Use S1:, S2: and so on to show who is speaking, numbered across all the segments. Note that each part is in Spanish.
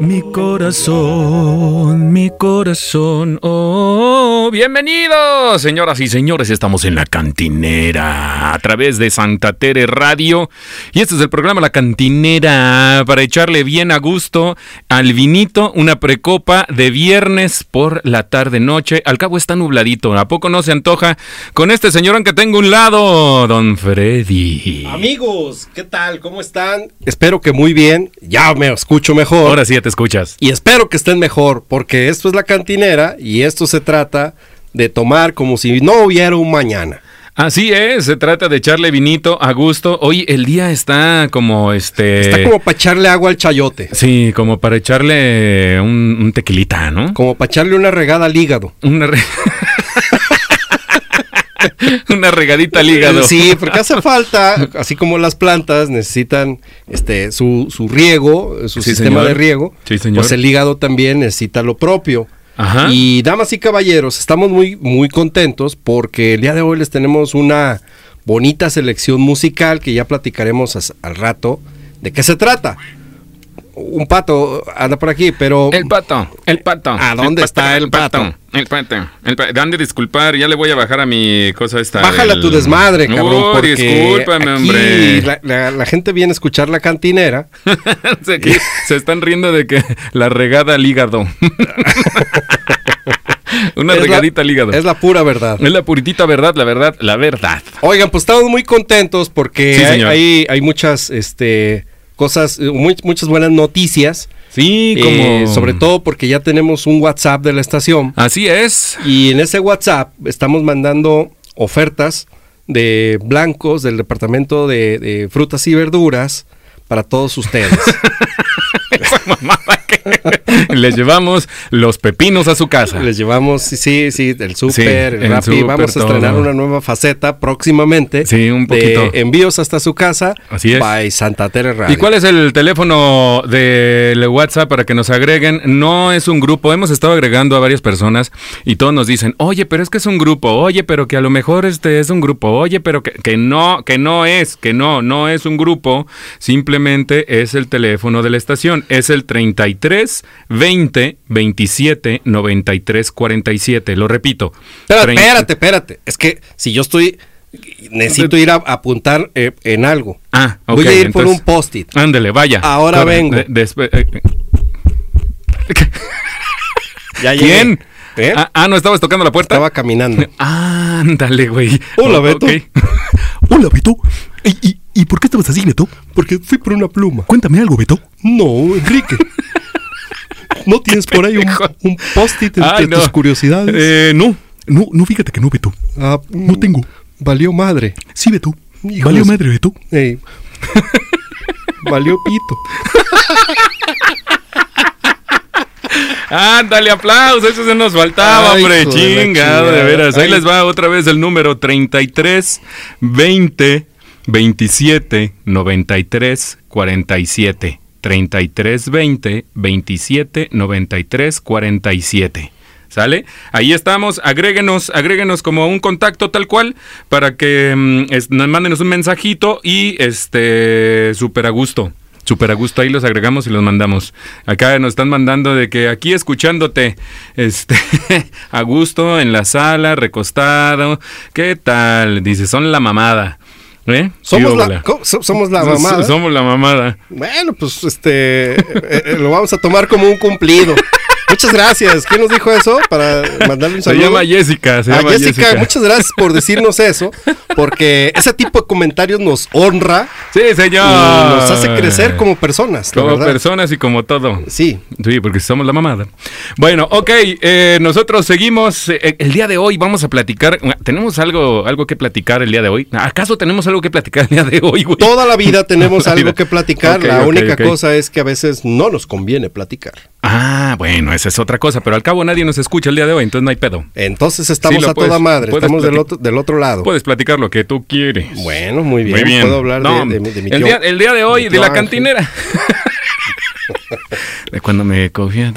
S1: Mi corazón, mi corazón. Oh, bienvenidos, señoras y señores. Estamos en la cantinera a través de Santa Tere Radio. Y este es el programa La Cantinera para echarle bien a gusto al vinito una precopa de viernes por la tarde-noche. Al cabo está nubladito. ¿A poco no se antoja con este señor que tengo un lado, don Freddy?
S2: Amigos, ¿qué tal? ¿Cómo están? Espero que muy bien. Ya me escucho mejor.
S1: Ahora sí ya te escuchas.
S2: Y espero que estén mejor, porque esto es la cantinera y esto se trata de tomar como si no hubiera un mañana.
S1: Así es, se trata de echarle vinito a gusto. Hoy el día está como este.
S2: Está como para echarle agua al chayote.
S1: Sí, como para echarle un, un tequilita, ¿no?
S2: Como para echarle una regada al hígado.
S1: Una, re- una regadita al hígado.
S2: Sí, porque hace falta, así como las plantas necesitan este su, su riego, su
S1: Sí,
S2: sistema
S1: señor.
S2: de riego,
S1: Sí, señor.
S2: pues el hígado también necesita lo propio.
S1: Ajá.
S2: Y damas y caballeros, estamos muy, muy contentos porque el día de hoy les tenemos una bonita selección musical que ya platicaremos as- al rato de qué se trata. Un pato anda por aquí, pero
S1: El pato, el pato.
S2: ¿A dónde
S1: pato,
S2: está el pato?
S1: El pato, el pato. Dan de disculpar, ya le voy a bajar a mi cosa esta.
S2: bájala
S1: del-
S2: tu desmadre, cabrón.
S1: Uy,
S2: porque
S1: discúlpame,
S2: aquí
S1: hombre.
S2: La, la- la gente viene a escuchar la cantinera.
S1: Se- aquí se están riendo de que la regada al hígado. una
S2: Es la-
S1: regadita al hígado.
S2: Es la pura verdad.
S1: Es la puritita verdad, la verdad, la verdad.
S2: Oigan, pues estamos muy contentos porque
S1: Sí,
S2: hay,
S1: señor.
S2: hay- hay muchas este, cosas, eh, muy- muchas buenas noticias.
S1: Sí, como
S2: Eh, sobre todo porque ya tenemos un WhatsApp de la estación
S1: Así es.
S2: y en ese WhatsApp estamos mandando ofertas de blancos del departamento de, de frutas y verduras para todos ustedes.
S1: Esa mamada que les llevamos los pepinos a su casa.
S2: Les llevamos, sí, sí, sí, el súper, el
S1: el
S2: Rappi.
S1: súper,
S2: Vamos a estrenar
S1: todo.
S2: una nueva faceta próximamente.
S1: Sí, un poquito.
S2: De envíos hasta su casa.
S1: Así es.
S2: By Santa Teresa Radio.
S1: ¿Y cuál es el teléfono del WhatsApp para que nos agreguen? No es un grupo, hemos estado agregando a varias personas y todos nos dicen, oye, pero es que es un grupo, oye, pero que a lo mejor este es un grupo, oye, pero que, que no, que no es, que no, no es un grupo, simplemente es el teléfono de la estación, es el 33 20 27 93 47, lo repito.
S2: Espérate,
S1: Trein-
S2: espérate, espérate. Es que si yo estoy. Necesito ir a apuntar eh, en algo.
S1: Ah, ok,
S2: Voy a ir por un
S1: entonces-
S2: post-it.
S1: Ándele, vaya.
S2: Ahora
S1: Corre,
S2: vengo.
S1: de- despe- eh, eh,
S2: Ya llegué.
S1: ¿Quién?
S2: ¿Eh?
S1: Ah, ah, no, estabas tocando la puerta.
S2: Estaba caminando.
S1: Ándale, güey.
S2: Hola,
S1: O-
S2: Beto.
S1: ok.
S3: Hola, Beto. ¿Y, y, y por qué estabas así, Beto?
S2: Porque fui por una pluma.
S3: Cuéntame algo, Beto.
S2: No, Enrique. ¿No tienes por ahí un, un post-it entre
S1: Ay, Ah, no.
S2: tus curiosidades?
S1: Eh, no.
S3: No, no, fíjate que no, Beto.
S2: Ah,
S3: No tengo.
S2: Valió madre.
S3: Sí, Beto.
S2: Híjoles.
S3: Valió madre, Beto.
S2: Ey. Valió pito.
S1: Ándale, aplausos. Eso se nos faltaba,
S2: Ay,
S1: hombre.
S2: hijo de la
S1: Chingado, de
S2: chingada.
S1: veras. Ahí
S2: Ay.
S1: les va otra vez el número 33 20 27 93 47. 33 20 27 93 47. ¿Sale? Ahí estamos. Agréguenos, agréguenos como un contacto tal cual para que mm, es- nos mándenos un mensajito y este súper a gusto. Súper a gusto, ahí los agregamos y los mandamos. Acá nos están mandando de que aquí escuchándote, este, a gusto, en la sala, recostado. ¿Qué tal? Dice, son la mamada. ¿Eh?
S2: Somos
S1: Sí,
S2: la,
S1: hola.
S2: co- so- somos la
S1: So-
S2: mamada.
S1: Somos la mamada.
S2: Bueno, pues este eh, eh, lo vamos a tomar como un cumplido. Muchas gracias. ¿Quién nos dijo eso? Para mandarle un
S1: Se
S2: saludo.
S1: llama Jessica. Se
S2: A
S1: llama
S2: Ah, Jessica, muchas gracias por decirnos eso, porque ese tipo de comentarios nos honra
S1: Sí,
S2: y
S1: señor.
S2: nos hace crecer como personas. la
S1: Ah. Como
S2: verdad.
S1: personas y como todo.
S2: Sí.
S1: Sí, porque somos la mamada. Bueno, ok, eh, nosotros seguimos. eh, el día de hoy vamos a platicar. ah, ¿Tenemos algo, algo que platicar el día de hoy? ¿Acaso tenemos algo que platicar el día de hoy, güey?
S2: Toda la vida tenemos
S1: Toda la
S2: algo
S1: vida.
S2: que platicar,
S1: Ok,
S2: la
S1: ok,
S2: única
S1: ok.
S2: cosa es que a veces no nos conviene platicar.
S1: Ah, bueno, esa es otra cosa, pero al cabo nadie nos escucha el día de hoy, entonces no hay pedo.
S2: Entonces estamos
S1: Sí, lo
S2: a
S1: puedes-
S2: toda madre,
S1: puedes
S2: estamos del
S1: plati-
S2: otro, del otro lado.
S1: Puedes platicar lo que tú quieres.
S2: Bueno, muy bien. Puedo hablar
S1: No,
S2: de, de mi- de mi
S1: el,
S2: tío-
S1: día, el día de
S2: mi
S1: hoy,
S2: tío
S1: de la
S2: Ángel.
S1: cantinera. De cuando me cogía.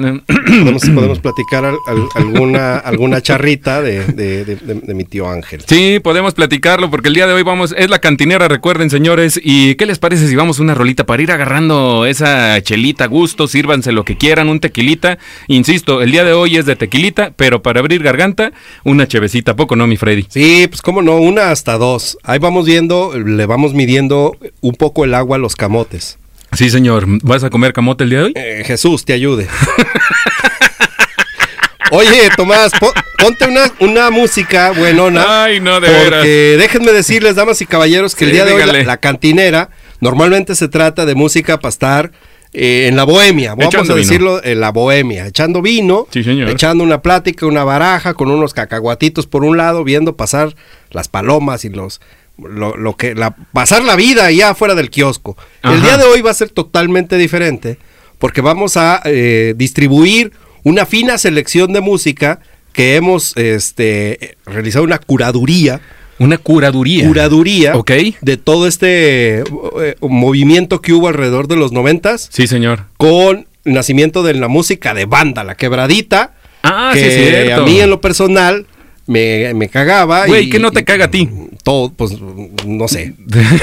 S2: Podemos, podemos platicar al- al- alguna, alguna charrita de, de- de- de- de mi tío Ángel.
S1: Sí, podemos platicarlo porque el día de hoy vamos, es la cantinera, recuerden señores, y ¿qué les parece si vamos a una rolita para ir agarrando esa chelita a gusto, sírvanse lo que quieran, un tequilita, insisto, el día de hoy es de tequilita, pero para abrir garganta, una chevecita, ¿a poco no, mi Freddy?
S2: Sí, pues cómo no, una hasta dos. Ahí vamos viendo, le vamos midiendo un poco el agua a los camotes.
S1: Sí, señor, ¿vas a comer camote el día de hoy?
S2: Eh, Jesús, te ayude. Oye, Tomás, po- ponte una, una música buenona.
S1: Ay, no, de
S2: porque
S1: veras.
S2: déjenme decirles, damas y caballeros, que el
S1: Sí,
S2: día de hoy
S1: dígale.
S2: la, la cantinera normalmente se trata de música para estar eh, en la bohemia. Vamos
S1: Echando
S2: a
S1: vino.
S2: decirlo, en la bohemia. Echando vino,
S1: Sí, señor.
S2: echando una plática, una baraja, con unos cacahuatitos por un lado, viendo pasar las palomas y los... Lo, lo que la, pasar la vida allá afuera del kiosco. El
S1: Ajá.
S2: día de hoy va a ser totalmente diferente porque vamos a eh, distribuir una fina selección de música que hemos este, realizado una curaduría,
S1: Una curaduría.
S2: curaduría
S1: Ok.
S2: de todo este eh, movimiento que hubo alrededor de los noventas
S1: Sí, señor.
S2: con el nacimiento de la música de banda, la quebradita,
S1: Ah, sí,
S2: que
S1: es cierto.
S2: a mí en lo personal me, me cagaba.
S1: Güey,
S2: y-
S1: ¿qué no te
S2: y-
S1: caga a ti?
S2: Todo, pues no sé.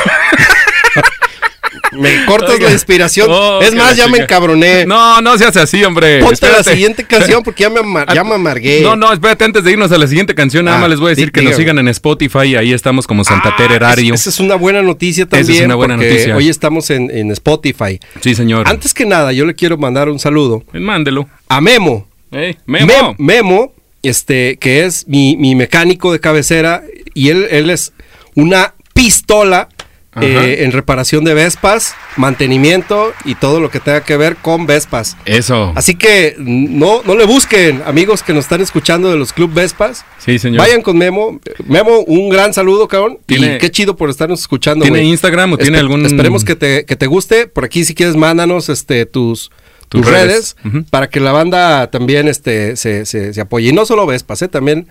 S2: me cortas
S1: Oiga.
S2: la inspiración.
S1: Oh,
S2: es
S1: que
S2: más,
S1: la
S2: ya me
S1: chica.
S2: encabroné.
S1: No, no seas así, hombre.
S2: Ponte la
S1: Espérate.
S2: siguiente canción porque ya me, amar- ya me amargué.
S1: No, no, espérate, antes de irnos a la siguiente canción, nada
S2: Ah,
S1: más les voy a decir
S2: di-
S1: que nos
S2: dígame.
S1: sigan en Spotify, ahí estamos como Santa
S2: Ah,
S1: Tere Erario.
S2: es- Esa es una buena noticia
S1: Esa es
S2: también.
S1: una buena
S2: porque
S1: noticia.
S2: Hoy estamos en, en Spotify.
S1: Sí, señor. Eh,
S2: Antes que nada, yo le quiero mandar un saludo
S1: Mándelo.
S2: a Memo.
S1: Eh, Memo.
S2: Mem- Memo, este, que es mi, mi mecánico de cabecera, y él, él es una pistola
S1: Ajá.
S2: eh, en reparación de Vespas, mantenimiento y todo lo que tenga que ver con Vespas.
S1: Eso.
S2: Así que no, no le busquen, amigos que nos están escuchando de los Club Vespas.
S1: Sí, señor.
S2: Vayan con Memo. Memo, un gran saludo, cabrón.
S1: Tiene-
S2: y qué chido por estarnos escuchando.
S1: ¿Tiene
S2: güey.
S1: Instagram o tiene algún-
S2: Esperemos que te, que te guste. Por aquí, si quieres, mándanos este, tus,
S1: Tus
S2: tus,
S1: redes.
S2: redes,
S1: Ujú.
S2: para que la banda también este, se, se- se apoye. Y no solo Vespas, ¿eh? también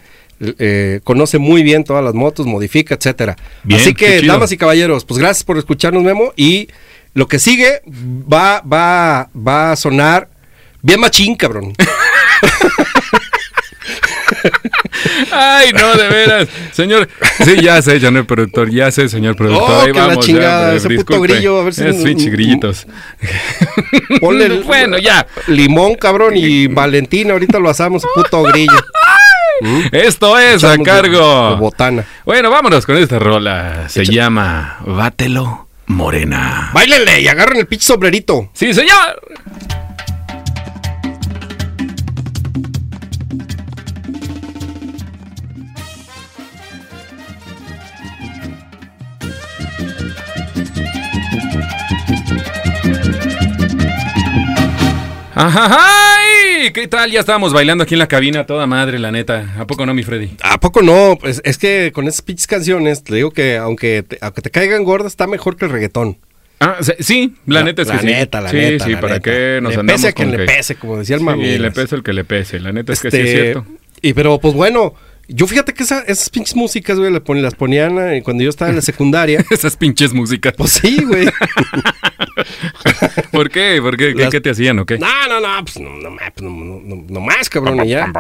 S2: eh, conoce muy bien todas las motos, modifica, etcétera.
S1: Bien,
S2: Así
S1: qué
S2: que,
S1: chido.
S2: damas y caballeros, pues gracias por escucharnos, Memo. Y lo que sigue va, va, va a sonar bien machín, cabrón.
S1: Ay, no, de veras. Señor, sí, ya sé, ya no el productor, ya sé, señor productor.
S2: Oh,
S1: ahí
S2: que la
S1: vamos, ya,
S2: chingada,
S1: hombre,
S2: ese puto
S1: disculpe.
S2: grillo, a ver si- Mm,
S1: Es pinche grillitos.
S2: Ponle el-
S1: Bueno, ya.
S2: Limón, cabrón, y Valentín, ahorita lo asamos, puto grillo.
S1: Esto es a
S2: Echamos de- de
S1: cargo.
S2: botana.
S1: Bueno, vámonos con esta rola. Se llama Bátelo Morena.
S2: Báilenle y agarren el pinche sombrerito.
S1: Sí, señor. Ajá, ay, ¿Qué tal? Ya estábamos bailando aquí en la cabina, a toda madre, la neta. ¿A poco no, mi Freddy?
S2: ¿A poco no? Pues es que con esas pinches canciones, te digo que aunque te, aunque te caigan gordas, está mejor que el reggaetón.
S1: Ah, se- sí, la, neta es
S2: la
S1: que sí.
S2: neta, la
S1: sí,
S2: neta,
S1: Sí,
S2: la
S1: ¿para
S2: neta.
S1: qué nos
S2: Le
S1: andamos
S2: pese a quien
S1: con
S2: le
S1: que-
S2: pese, como decía el
S1: Sí,
S2: mamilas.
S1: le pese el que le pese. La neta es que sí es
S2: Este,
S1: cierto.
S2: Y pero pues bueno, yo fíjate que esa- esas pinches músicas, güey, las, pon- las ponían eh, cuando yo estaba en la secundaria.
S1: Esas pinches músicas.
S2: pues sí, güey.
S1: ¿Por qué? ¿Por qué? ¿Qué,
S2: Las-
S1: qué te hacían o qué?
S2: No, no, no, pues no, no, ma- pues, no, no, no- no más, cabrón, y ya.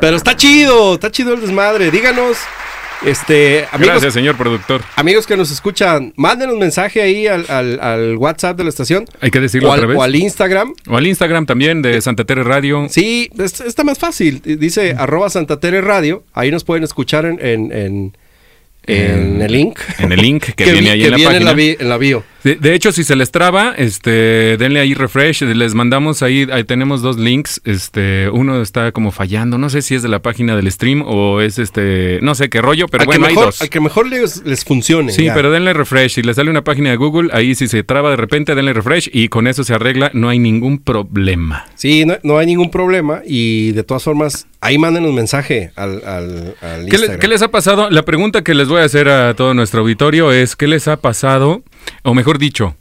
S2: Pero está chido, está chido el desmadre. Díganos, este, amigos,
S1: Gracias, señor productor.
S2: amigos que nos escuchan, mándenos mensaje ahí al, al- al WhatsApp de la estación
S1: Hay que decirlo
S2: o al,
S1: otra vez.
S2: o al Instagram.
S1: Instagram también de Santa Tere Radio.
S2: Sí, es- está más fácil. Dice arroba Santa Tere Radio. Ahí nos pueden escuchar en, en, en- en el link.
S1: En el link que,
S2: vi-
S1: viene ahí
S2: que
S1: en la
S2: viene
S1: página.
S2: bi- en la bio.
S1: de, de hecho, si se les traba, este, denle ahí refresh. Les mandamos ahí, ahí tenemos dos links. Este, uno está como fallando. No sé si es de la página del stream o es este, no sé qué rollo, pero
S2: al,
S1: bueno,
S2: Ah, que
S1: hay
S2: mejor,
S1: dos.
S2: al que mejor les, les funcione.
S1: Sí,
S2: ya.
S1: pero denle refresh. Si le sale una página de Google, ahí si se traba de repente, denle refresh y con eso se arregla. No hay ningún problema.
S2: Sí, no, no hay ningún problema. Y de todas formas, ahí mándenos mensaje al, al, al
S1: ¿Qué, le-
S2: Instagram.
S1: qué les ha pasado? La pregunta que les voy a hacer a todo nuestro auditorio es, ¿qué les ha pasado? O mejor dicho,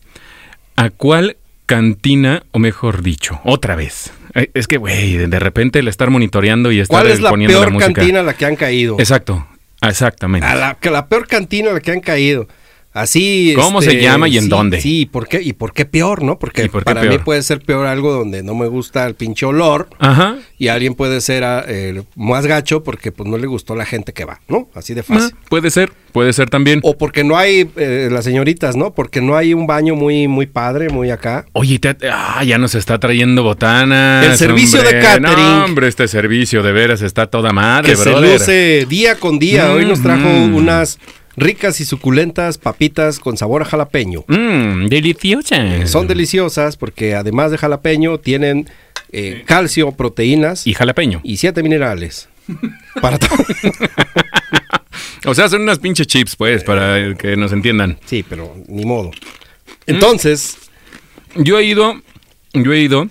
S1: ¿a cuál cantina? O mejor dicho, otra vez. Eh, Es que, güey, de- de repente el estar monitoreando y estar
S2: ¿Cuál es
S1: eh,
S2: la
S1: poniendo
S2: peor Ah,
S1: la música.
S2: cantina a la que han caído?
S1: Exacto, exactamente.
S2: A la, que la peor cantina a la que han caído. Así. este,
S1: ¿Cómo se llama y en
S2: sí,
S1: dónde?
S2: Sí, ¿y por qué, y por qué peor, ¿no? Porque
S1: ¿Y por qué
S2: para mí
S1: peor?
S2: puede ser peor algo donde no me gusta el pinche olor
S1: Ajá.
S2: y alguien puede ser ah, eh, más gacho porque pues no le gustó la gente que va, ¿no? Así de
S1: Ah,
S2: fácil.
S1: puede ser, puede ser también.
S2: O porque no hay eh, las señoritas, ¿no? Porque no hay un baño muy muy padre, muy acá.
S1: Oye, te- ah, ya nos está trayendo botanas.
S2: El servicio de
S1: hombre.
S2: catering.
S1: No, hombre, este servicio de veras está toda madre,
S2: que se
S1: brother.
S2: luce día con día. Hoy nos trajo
S1: Mm.
S2: unas ricas y suculentas papitas con sabor a jalapeño.
S1: Mmm, deliciosa.
S2: Eh, Son deliciosas porque además de jalapeño tienen eh, calcio, proteínas
S1: Y jalapeño.
S2: y siete minerales. Para todo.
S1: O sea, son unas pinches chips, pues, para el que nos entiendan.
S2: Sí, pero ni modo.
S1: Mm.
S2: Entonces,
S1: Yo he ido, yo he ido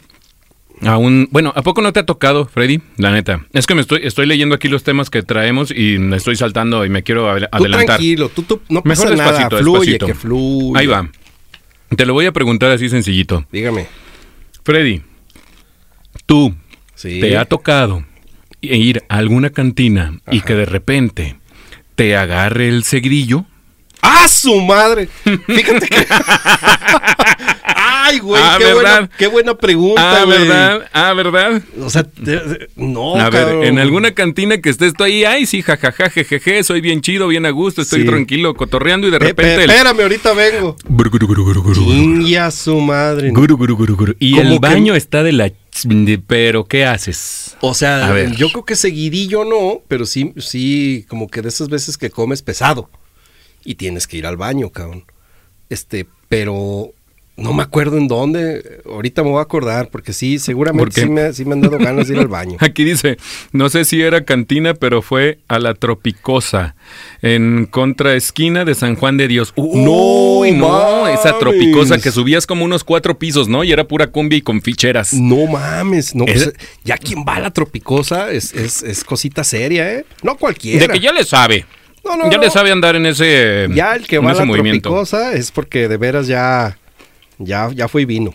S1: a un... Bueno, ¿a poco no te ha tocado, Freddy? La neta. Es que me estoy, estoy leyendo aquí los temas que traemos y me estoy saltando y me quiero ave-
S2: tú
S1: adelantar.
S2: tranquilo, tú, tú- no pasa
S1: Mejor
S2: nada,
S1: despacito,
S2: fluye,
S1: despacito.
S2: que fluye.
S1: Ahí va. Te lo voy a preguntar así sencillito.
S2: Dígame.
S1: Freddy, tú,
S2: Sí.
S1: ¿Te ha tocado ir a alguna cantina y que de repente te agarre el segrillo?
S2: ¡Ah, su madre! Fíjate que. ¡Ay, güey!
S1: Ah,
S2: qué, buena,
S1: ¿verdad?
S2: qué buena pregunta,
S1: ah,
S2: güey.
S1: ¿verdad? Ah, ¿verdad?
S2: O sea, te- no.
S1: a ver,
S2: cabrón.
S1: en alguna cantina que estés tú ahí, ay, sí, jajaja, jejeje, soy bien chido, bien a gusto, estoy
S2: Sí.
S1: tranquilo, cotorreando y de
S2: Pe- pe-
S1: repente... el-
S2: Espérame, ahorita vengo.
S3: Guru, guru, guru, guru, guru.
S2: India su madre. ¿no?
S3: Guru, guru, guru, guru.
S1: y
S2: como
S1: el
S2: que-
S1: baño está de la... ch- de- Pero, ¿qué haces?
S2: O sea,
S1: A ver.
S2: yo creo que seguidillo no, pero sí, sí, como que de esas veces que comes pesado y tienes que ir al baño, cabrón. Este, pero no me acuerdo en dónde. Ahorita me voy a acordar porque sí, seguramente
S1: ¿Por qué?
S2: sí, me, sí me han dado ganas de ir al baño.
S1: Aquí dice, no sé si era cantina, pero fue a la Tropicosa, en contraesquina de San Juan de Dios. Uy,
S2: ¡No
S1: no, esa
S2: ¡Oh, mames!
S1: Tropicosa que subías como unos cuatro pisos, ¿no? Y era pura cumbia y con ficheras.
S2: No mames, no, pues,
S1: Es-
S2: ya quien va a la tropicosa es, es, es cosita seria, ¿eh? No cualquiera.
S1: De que ya le sabe.
S2: No, no,
S1: ya
S2: no.
S1: le sabe andar en ese
S2: Ya el que
S1: en
S2: va a
S1: ese
S2: la tropicosa es porque de veras ya, ya, ya fue y vino.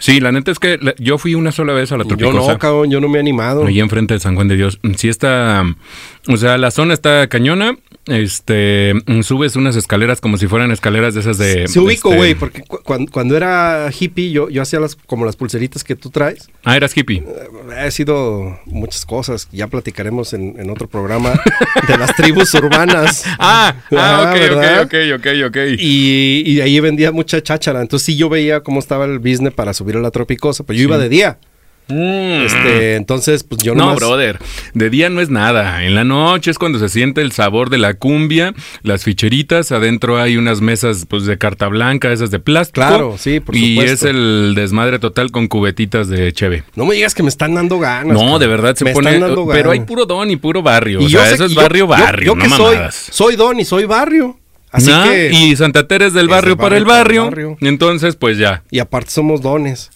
S1: Sí, la neta es que la- yo fui una sola vez a la
S2: Yo
S1: Tropicosa.
S2: no, cabrón, yo no me he animado.
S1: Allí enfrente de San Juan de Dios. Mm, Sí está, mm, o sea, la zona está cañona. Este, subes unas escaleras como si fueran escaleras de esas de...
S2: Se ubico,
S1: este-
S2: güey, porque cu- cuan- cuando era hippie, yo, yo hacía las, como las pulseritas que tú traes.
S1: Ah, eras hippie.
S2: Eh, He sido muchas cosas, ya platicaremos en, en otro programa de las tribus urbanas.
S1: Ah, ah, ok,
S2: ¿verdad?
S1: ok, ok, ok, ok.
S2: Y, y ahí vendía mucha cháchara. Entonces sí yo veía cómo estaba el business para subir a la tropicosa, pero yo iba de día. Este, entonces, pues yo
S1: Mm. no,
S2: nomás-
S1: brother, de día no es nada. En la noche es cuando se siente el sabor de la cumbia, las ficheritas, adentro hay unas mesas pues de carta blanca, esas de plástico.
S2: Claro, sí, por
S1: Y
S2: supuesto.
S1: es el desmadre total con cubetitas de cheve.
S2: No me digas que me están dando ganas.
S1: No,
S2: cabrón.
S1: de verdad se
S2: me
S1: pone.
S2: Están dando ganas.
S1: Pero hay puro don y puro barrio.
S2: Y
S1: o
S2: yo
S1: sea,
S2: sé-
S1: eso es
S2: y yo-
S1: barrio,
S2: yo-
S1: barrio,
S2: yo
S1: no
S2: que soy,
S1: mamadas.
S2: soy don y soy barrio. Así
S1: Nah,
S2: que.
S1: Y Santa Teresa es del
S2: Es
S1: barrio
S2: del
S1: para el
S2: barrio
S1: barrio.
S2: para el barrio.
S1: Entonces, pues ya.
S2: Y aparte somos dones.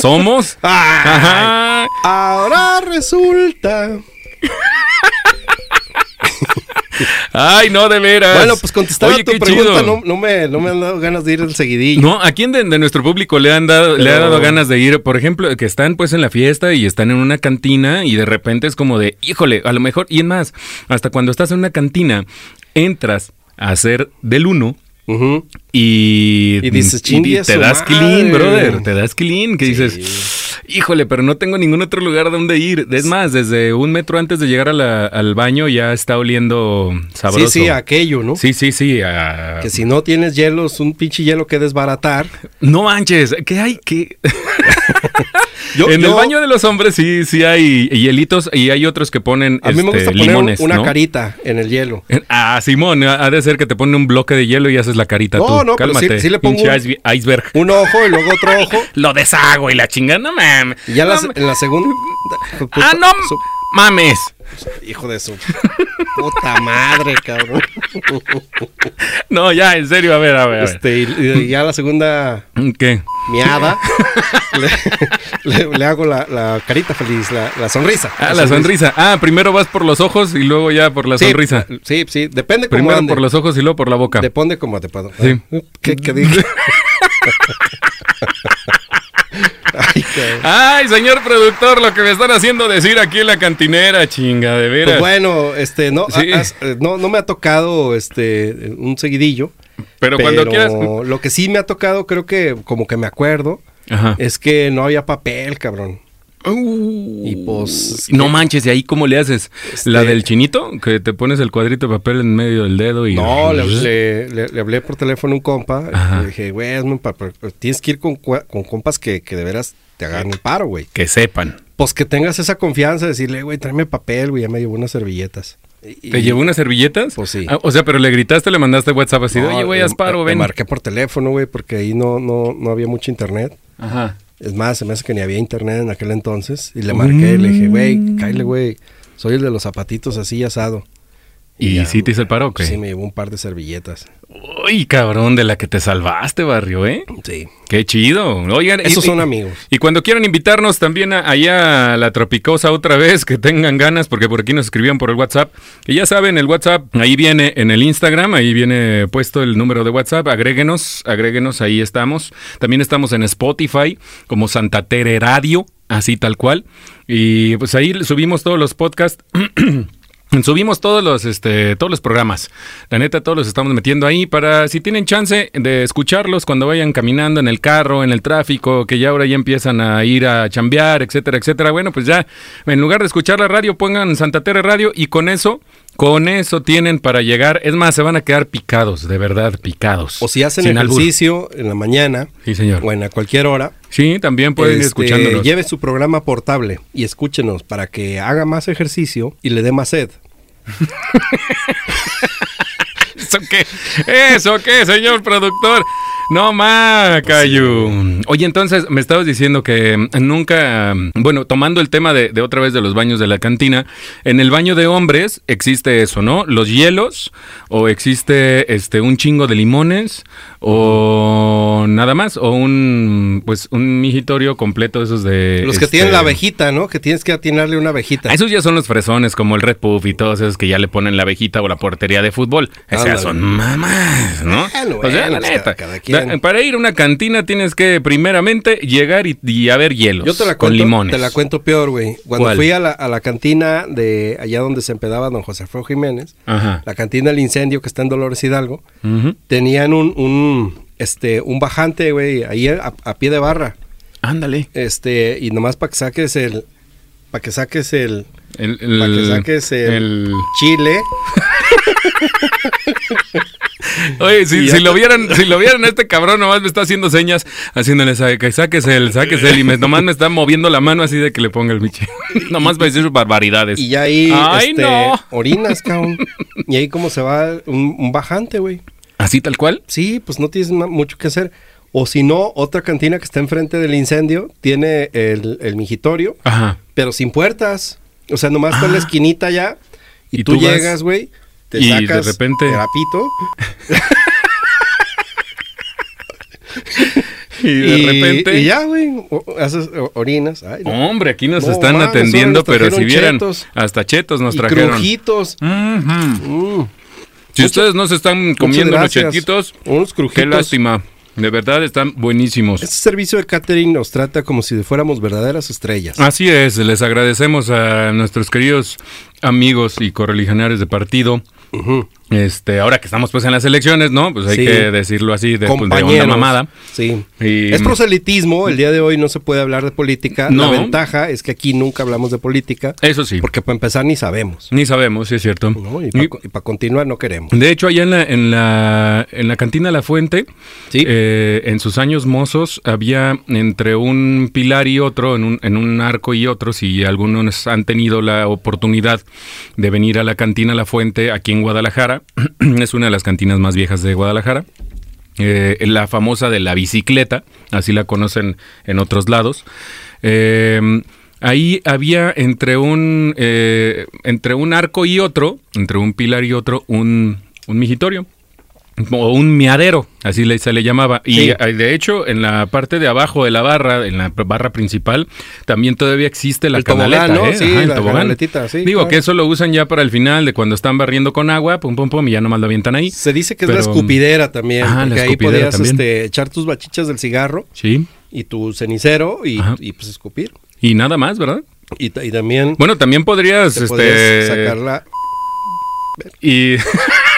S1: Somos.
S2: Ay,
S1: Ajá.
S2: Ahora resulta.
S1: Ay, no, de veras.
S2: Bueno, pues contestando
S1: Oye,
S2: tu
S1: qué
S2: pregunta,
S1: chido.
S2: no, no me, no me han dado ganas de ir al seguidillo.
S1: No, ¿a quién de, de nuestro público le han dado, le ha
S2: Pero-
S1: dado ganas de ir? Por ejemplo, que están pues en la fiesta y están en una cantina y de repente es como de, híjole, a lo mejor, y es más, hasta cuando estás en una cantina, entras a hacer del uno
S2: Ujú.
S1: y,
S2: Y dices,
S1: y
S2: "Chingue
S1: te
S2: su
S1: das
S2: madre".
S1: clean, brother, te das clean, que dices, híjole, pero no tengo ningún otro lugar donde ir. Es más, desde un metro antes de llegar a la- al baño ya está oliendo sabroso.
S2: Sí, sí, aquello, ¿no?
S1: Sí, sí, sí, a-
S2: Que si no tienes hielos, un pinche hielo que desbaratar.
S1: No manches, ¿qué hay? ¿Qué?
S2: Yo-
S1: en el
S2: yo-
S1: baño de los hombres sí, sí hay hielitos y hay otros que ponen
S2: A mí me
S1: este,
S2: gusta poner
S1: limones,
S2: una
S1: ¿no?
S2: carita en el hielo.
S1: Ah, Simón, ha de ser que te pone un bloque de hielo y haces la carita
S2: No,
S1: tú.
S2: no, pero
S1: Cálmate,
S2: sí- sí le pongo
S1: pinche
S2: un-
S1: ice- iceberg.
S2: Un ojo y luego otro ojo.
S1: Lo deshago y la chingada, no mames.
S2: Y ya
S1: No
S2: las-
S1: mames.
S2: en la segunda.
S1: Ah, no
S2: Su-
S1: mames.
S2: hijo de su puta madre, cabrón.
S1: No, ya, en serio, a ver, a ver. a ver. ¿Mm,
S2: Este, y, y ya la segunda
S1: ¿Qué?
S2: miada le, le- le hago la, la carita feliz, la, la sonrisa.
S1: Ah, la sonrisa. Ah, primero vas por los ojos y luego ya por la
S2: Sí,
S1: sonrisa.
S2: Sí, sí, depende cómo
S1: Primero
S2: ande.
S1: por los ojos y luego por la boca.
S2: Depende cómo te puedo.
S1: Sí.
S2: ¿Qué, qué dije? Ay, cabrón.
S1: Ay, señor productor, lo que me están haciendo decir aquí en la cantinera, chinga, de veras.
S2: Pues bueno, este, no,
S1: Sí.
S2: ah, ah, eh, no, no me ha tocado este un seguidillo.
S1: Pero cuando quieras-
S2: Lo que sí me ha tocado, creo que como que me acuerdo,
S1: Ajá.
S2: es que no había papel, cabrón.
S1: Uh,
S2: Y pues-
S1: No manches, ¿y ahí cómo le haces?
S2: Este-
S1: ¿La del chinito? Que te pones el cuadrito de papel en medio del dedo y.
S2: No, le, le- le- le hablé por teléfono a un compa.
S1: Ajá.
S2: Le dije, güey, hazme un pa- pero- pero tienes que ir con, cua- con compas que, que de veras te hagan el paro, güey.
S1: Que sepan.
S2: Pues que tengas esa confianza, de decirle, güey, tráeme papel, güey, ya me llevó unas servilletas. Y-
S1: ¿Te
S2: y-
S1: llevó unas servilletas?
S2: Pues sí.
S1: Ah, o sea, pero le gritaste, le mandaste WhatsApp así, de,
S2: No,
S1: oye, güey,
S2: le-
S1: haz paro,
S2: le
S1: ven.
S2: marqué por teléfono, güey, porque ahí no, no, no había mucho internet.
S1: Ajá.
S2: Es más, se me hace que ni había internet en aquel entonces. Y le marqué, le dije,
S1: Mm.
S2: güey, cállate, güey. Soy el de los zapatitos así asado.
S1: ¿Y
S2: ya,
S1: sí te hizo el paro o qué?
S2: Sí, me llevó un par de servilletas.
S1: Uy, cabrón, de la que te salvaste, barrio, ¿eh?
S2: Sí.
S1: Qué chido. Oigan, y-
S2: Esos
S1: y-
S2: son amigos.
S1: Y cuando quieran invitarnos también a- allá a la Tropicosa otra vez, que tengan ganas, porque por aquí nos escribían por el WhatsApp. Y ya saben, el WhatsApp, ahí viene en el Instagram, ahí viene puesto el número de WhatsApp. Agréguenos, agréguenos, ahí estamos. También estamos en Spotify, como Santa Tere Radio, así tal cual. Y pues ahí subimos todos los podcasts. Subimos todos los, este, todos los programas. La neta, todos los estamos metiendo ahí para si tienen chance de escucharlos cuando vayan caminando en el carro, en el tráfico, que ya ahora ya empiezan a ir a chambear, etcétera, etcétera. Bueno, pues ya, en lugar de escuchar la radio, pongan Santa Tere Radio y con eso, con eso tienen para llegar. Es más, se van a quedar picados, de verdad, picados.
S2: O si hacen
S1: Sin albur.
S2: ejercicio en la mañana
S1: Sí, señor.
S2: o en a cualquier hora,
S1: Sí, también pueden ir
S2: este,
S1: escuchándonos.
S2: lleven su programa portable y escúchenos para que haga más ejercicio y le dé más sed.
S1: ¿Eso qué? ¿Eso qué, señor productor? No más, Cayu. Oye, entonces me estabas diciendo que mm, nunca. mm, Bueno, tomando el tema de, de otra vez de los baños de la cantina, en el baño de hombres existe eso, ¿no? Los hielos, o existe este un chingo de limones, o nada más, o un pues un migitorio completo de esos de.
S2: Los que tienen la
S1: este,
S2: abejita, ¿no? Que tienes que atinarle una abejita.
S1: Ah, Esos ya son los fresones, como el Red Puff y todos esos que ya le ponen la abejita o la portería de fútbol.
S2: Ándale.
S1: Esas son mamás, ¿no?
S2: Bueno,
S1: o sea, la
S2: bueno, pues,
S1: neta.
S2: cada- cada quien.
S1: da- Para ir a una cantina tienes que primeramente llegar y, y haber hielos.
S2: Yo te la cuento,
S1: con limones.
S2: Te la cuento peor, güey. Cuando
S1: ¿Cuál?
S2: fui a la, a la cantina de allá donde se empedaba don José Alfredo Jiménez,
S1: Ajá.
S2: la cantina del incendio que está en Dolores Hidalgo,
S1: Ujú.
S2: tenían un, un, este, un bajante, güey, ahí a, a pie de barra.
S1: Ándale.
S2: Este, y nomás para que saques el. Para que saques el.
S1: El, el-
S2: Para que saques el,
S1: el-
S2: chile.
S1: Oye,
S2: Y
S1: si,
S2: ya
S1: si lo vieran, si lo vieran, este cabrón nomás me está haciendo señas, haciéndole sa- que saques el, saques el, y me- nomás me está moviendo la mano así de que le ponga el biche. nomás para decir barbaridades.
S2: Y ya ahí
S1: Ay,
S2: este,
S1: no.
S2: orinas, cabrón. Y ahí como se va un, un bajante, güey.
S1: Así tal cual.
S2: Sí, pues no tienes ma- mucho que hacer. O si no, otra cantina que está enfrente del incendio tiene el, el migitorio,
S1: Ajá.
S2: pero sin puertas. O sea, nomás está en la esquinita ya. Y,
S1: Ah. Y
S2: tú,
S1: tú vas-
S2: llegas, güey. Te
S1: y de
S2: sacas
S1: repente-
S2: terapito,
S1: Y de repente.
S2: y ya, güey. o- Haces o- orinas. Ay, no.
S1: Hombre, aquí nos
S2: No,
S1: están
S2: mames,
S1: atendiendo,
S2: ahora nos
S1: pero si
S2: trajeron
S1: vieran,
S2: chetos.
S1: hasta chetos nos
S2: y
S1: trajeron.
S2: crujitos.
S1: Ujú.
S2: Mm,
S1: Si ustedes no se están comiendo los
S2: muchas gracias.
S1: chetitos,
S2: Unos
S1: qué
S2: crujitos.
S1: lástima. De verdad están buenísimos.
S2: Este servicio de catering nos trata como si fuéramos verdaderas estrellas.
S1: Así es, les agradecemos a nuestros queridos amigos y correligionarios de partido.
S2: Ujú.
S1: Este, ahora que estamos pues en las elecciones, ¿no? Pues hay
S2: Sí.
S1: que decirlo así, de, pues, de onda
S2: compañeros.
S1: mamada.
S2: Sí.
S1: Y- mm,
S2: es proselitismo, el día de hoy no se puede hablar de política.
S1: No.
S2: La ventaja es que aquí nunca hablamos de política,
S1: Eso sí,
S2: porque para empezar ni sabemos.
S1: ni sabemos, si es cierto.
S2: ¿no? Y
S1: Y-
S2: para continuar no queremos.
S1: De hecho, allá en la, en la, en la cantina La Fuente,
S2: Sí.
S1: eh, en sus años mozos, había entre un pilar y otro, en un, en un arco y otro, si algunos han tenido la oportunidad de venir a la cantina La Fuente aquí en Guadalajara, es una de las cantinas más viejas de Guadalajara. Eh, la famosa de la bicicleta, así la conocen en otros lados. Eh, ahí había entre un, eh, entre un arco y otro, entre un pilar y otro, un, un migitorio. O un miadero, así le- se le llamaba. Y
S2: Sí.
S1: eh, de hecho, en la parte de abajo de la barra, en la barra principal, también todavía existe la
S2: El
S1: canaleta.
S2: tobogán, ¿no?
S1: ¿eh?
S2: Sí,
S1: el
S2: la
S1: tobogán.
S2: canaletita, sí,
S1: Digo
S2: claro.
S1: que eso lo usan ya para el final, de cuando están barriendo con agua, pum, pum, pum, y ya nomás lo avientan ahí.
S2: Se dice que es la
S1: Pero,
S2: escupidera también,
S1: Ajá, la
S2: porque ahí
S1: escupidera
S2: podías
S1: también.
S2: este, echar tus bachichas del cigarro
S1: Sí.
S2: y tu cenicero y,
S1: Ajá.
S2: y, pues escupir.
S1: Y nada más, ¿verdad?
S2: Y, ta- y
S1: Bueno,
S2: también
S1: pues, este, también podrías,
S2: te
S1: este,
S2: podías sacar la-
S1: y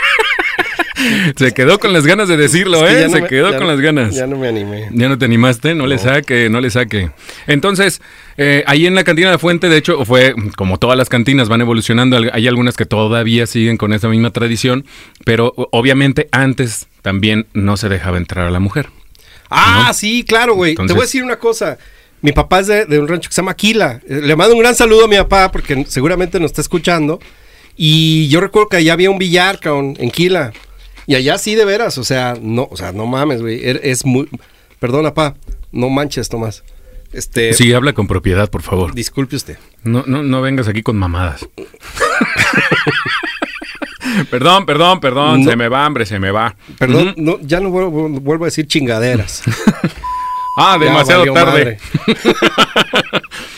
S1: Se quedó con las ganas de decirlo,
S2: Es que
S1: ¿eh?
S2: ya no
S1: Se
S2: me-
S1: quedó
S2: ya
S1: con
S2: no-
S1: las ganas.
S2: Ya no me animé.
S1: Ya no te animaste, no, le saque, no le saque. Entonces, eh, ahí en la cantina de la fuente, de hecho, fue como todas las cantinas van evolucionando, al- hay algunas que todavía siguen con esa misma tradición, pero o- obviamente antes también no se dejaba entrar a la mujer.
S2: Ah,
S1: ¿No?
S2: sí, claro, güey. Te
S1: Entonces-
S2: voy a decir una cosa. Mi papá es de, de un rancho que se llama Aquila. Eh, Le mando un gran saludo a mi papá porque seguramente nos está escuchando. Y yo recuerdo que allá había un billar, cabrón, en Quila. Y allá sí, de veras. O sea, no, o sea, no mames, güey. Er- Es muy. Perdón, papá. No manches, Tomás. Este.
S1: Sí, habla con propiedad, por favor.
S2: Disculpe usted.
S1: No, no, no vengas aquí con mamadas. perdón, perdón, perdón,
S2: No.
S1: se me va, hombre, se me va.
S2: Perdón,
S1: Ujú.
S2: no, ya no vuelvo, vuelvo a decir chingaderas.
S1: Ah,
S2: Ya
S1: demasiado
S2: valió
S1: tarde.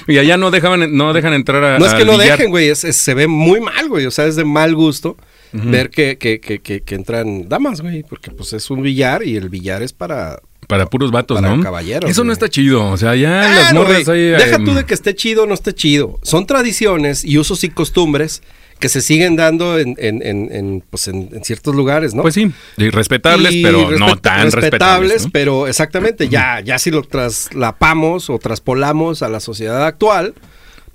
S1: y allá no dejaban, no dejan entrar a.
S2: No es que
S1: al
S2: no
S1: billar.
S2: dejen, güey, es- es- se ve muy mal, güey, o sea, es de mal gusto ver que, que- que- que- que entran damas, güey, porque pues es un billar y el billar es para...
S1: Para puros vatos,
S2: Para
S1: ¿no?
S2: caballeros,
S1: Eso no
S2: güey.
S1: está chido. O sea, ya las
S2: Ah, no,
S1: morras
S2: güey,
S1: ahí.
S2: Deja
S1: em,
S2: tú de que esté chido o no esté chido, son tradiciones y usos y costumbres que se siguen dando en, en- en- en, pues, en- en ciertos lugares, ¿no?
S1: Pues sí, y respetables,
S2: Y
S1: pero no
S2: respet-
S1: tan respetables. ¿no?
S2: pero exactamente, ya, ya si lo traslapamos o traspolamos a la sociedad actual,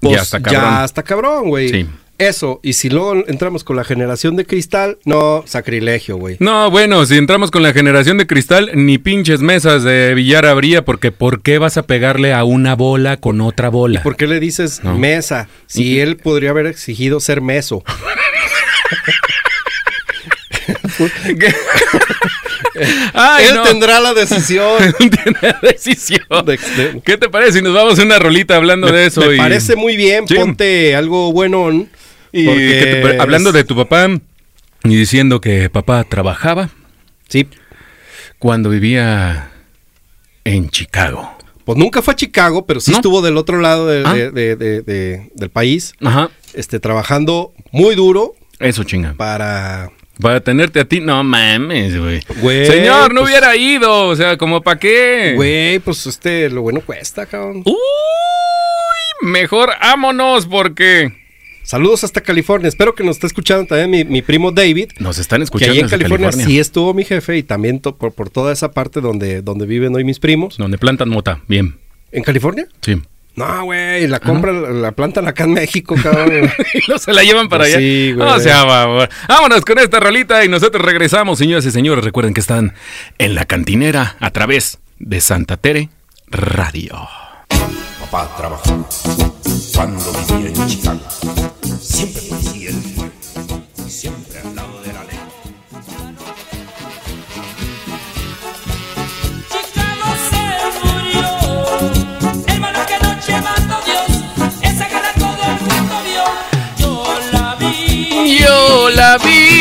S2: pues
S1: Ya
S2: ya
S1: está
S2: está
S1: cabrón.
S2: cabrón, güey.
S1: Sí.
S2: Eso, y si luego entramos con la generación de cristal, no, sacrilegio, güey.
S1: No, bueno, si entramos con la generación de cristal, ni pinches mesas de billar habría, porque ¿por qué vas a pegarle a una bola con otra bola?
S2: ¿Por qué le dices
S1: No.
S2: mesa? Si él podría haber exigido ser meso.
S1: Ay,
S2: él
S1: no.
S2: tendrá la decisión.
S1: Tiene la decisión.
S2: De- de-
S1: ¿Qué te parece si nos vamos a una rolita hablando de eso?
S2: Me
S1: y-
S2: parece muy bien,
S1: Sí.
S2: ponte algo buenón.
S1: y
S2: porque
S1: que te pare- hablando
S2: es-
S1: de tu papá y diciendo que papá trabajaba
S2: Sí,
S1: cuando vivía en Chicago.
S2: pues nunca fue a Chicago, pero sí
S1: No.
S2: estuvo del otro lado de-
S1: Ah.
S2: de- de- de- de- del país.
S1: Ajá.
S2: este, trabajando muy duro
S1: Eso chinga.
S2: para...
S1: Para tenerte a ti, no mames, güey.
S2: Güey,
S1: Señor, no
S2: pues-
S1: hubiera ido. O sea, como para qué.
S2: Güey, pues este, lo bueno cuesta, cabrón.
S1: Uy, mejor ámonos porque
S2: Saludos hasta California. Espero que nos esté escuchando también mi, mi primo David.
S1: nos están
S2: Que
S1: escuchando
S2: ahí en
S1: desde
S2: California,
S1: California.
S2: sí estuvo mi jefe y también to- por, por toda esa parte donde, donde viven hoy mis primos.
S1: Donde plantan mota. Bien.
S2: ¿En California?
S1: Sí.
S2: No, güey,
S1: Ah,
S2: la compra, la, la plantan acá en México, cabrón.
S1: y no se la llevan para
S2: Pues
S1: allá.
S2: sí, güey.
S1: No sea, babón. Vámonos con esta rolita y nosotros regresamos, señoras y señores. Recuerden que están en la cantinera a través de Santa Tere Radio.
S4: Papá trabajó cuando vivía en Chicago. Siempre policía él fue, y siempre al lado de la ley.
S5: Chicago se murió, hermano que noche mató Dios, esa cara todo el mundo vio, yo la vi.
S1: Yo la vi.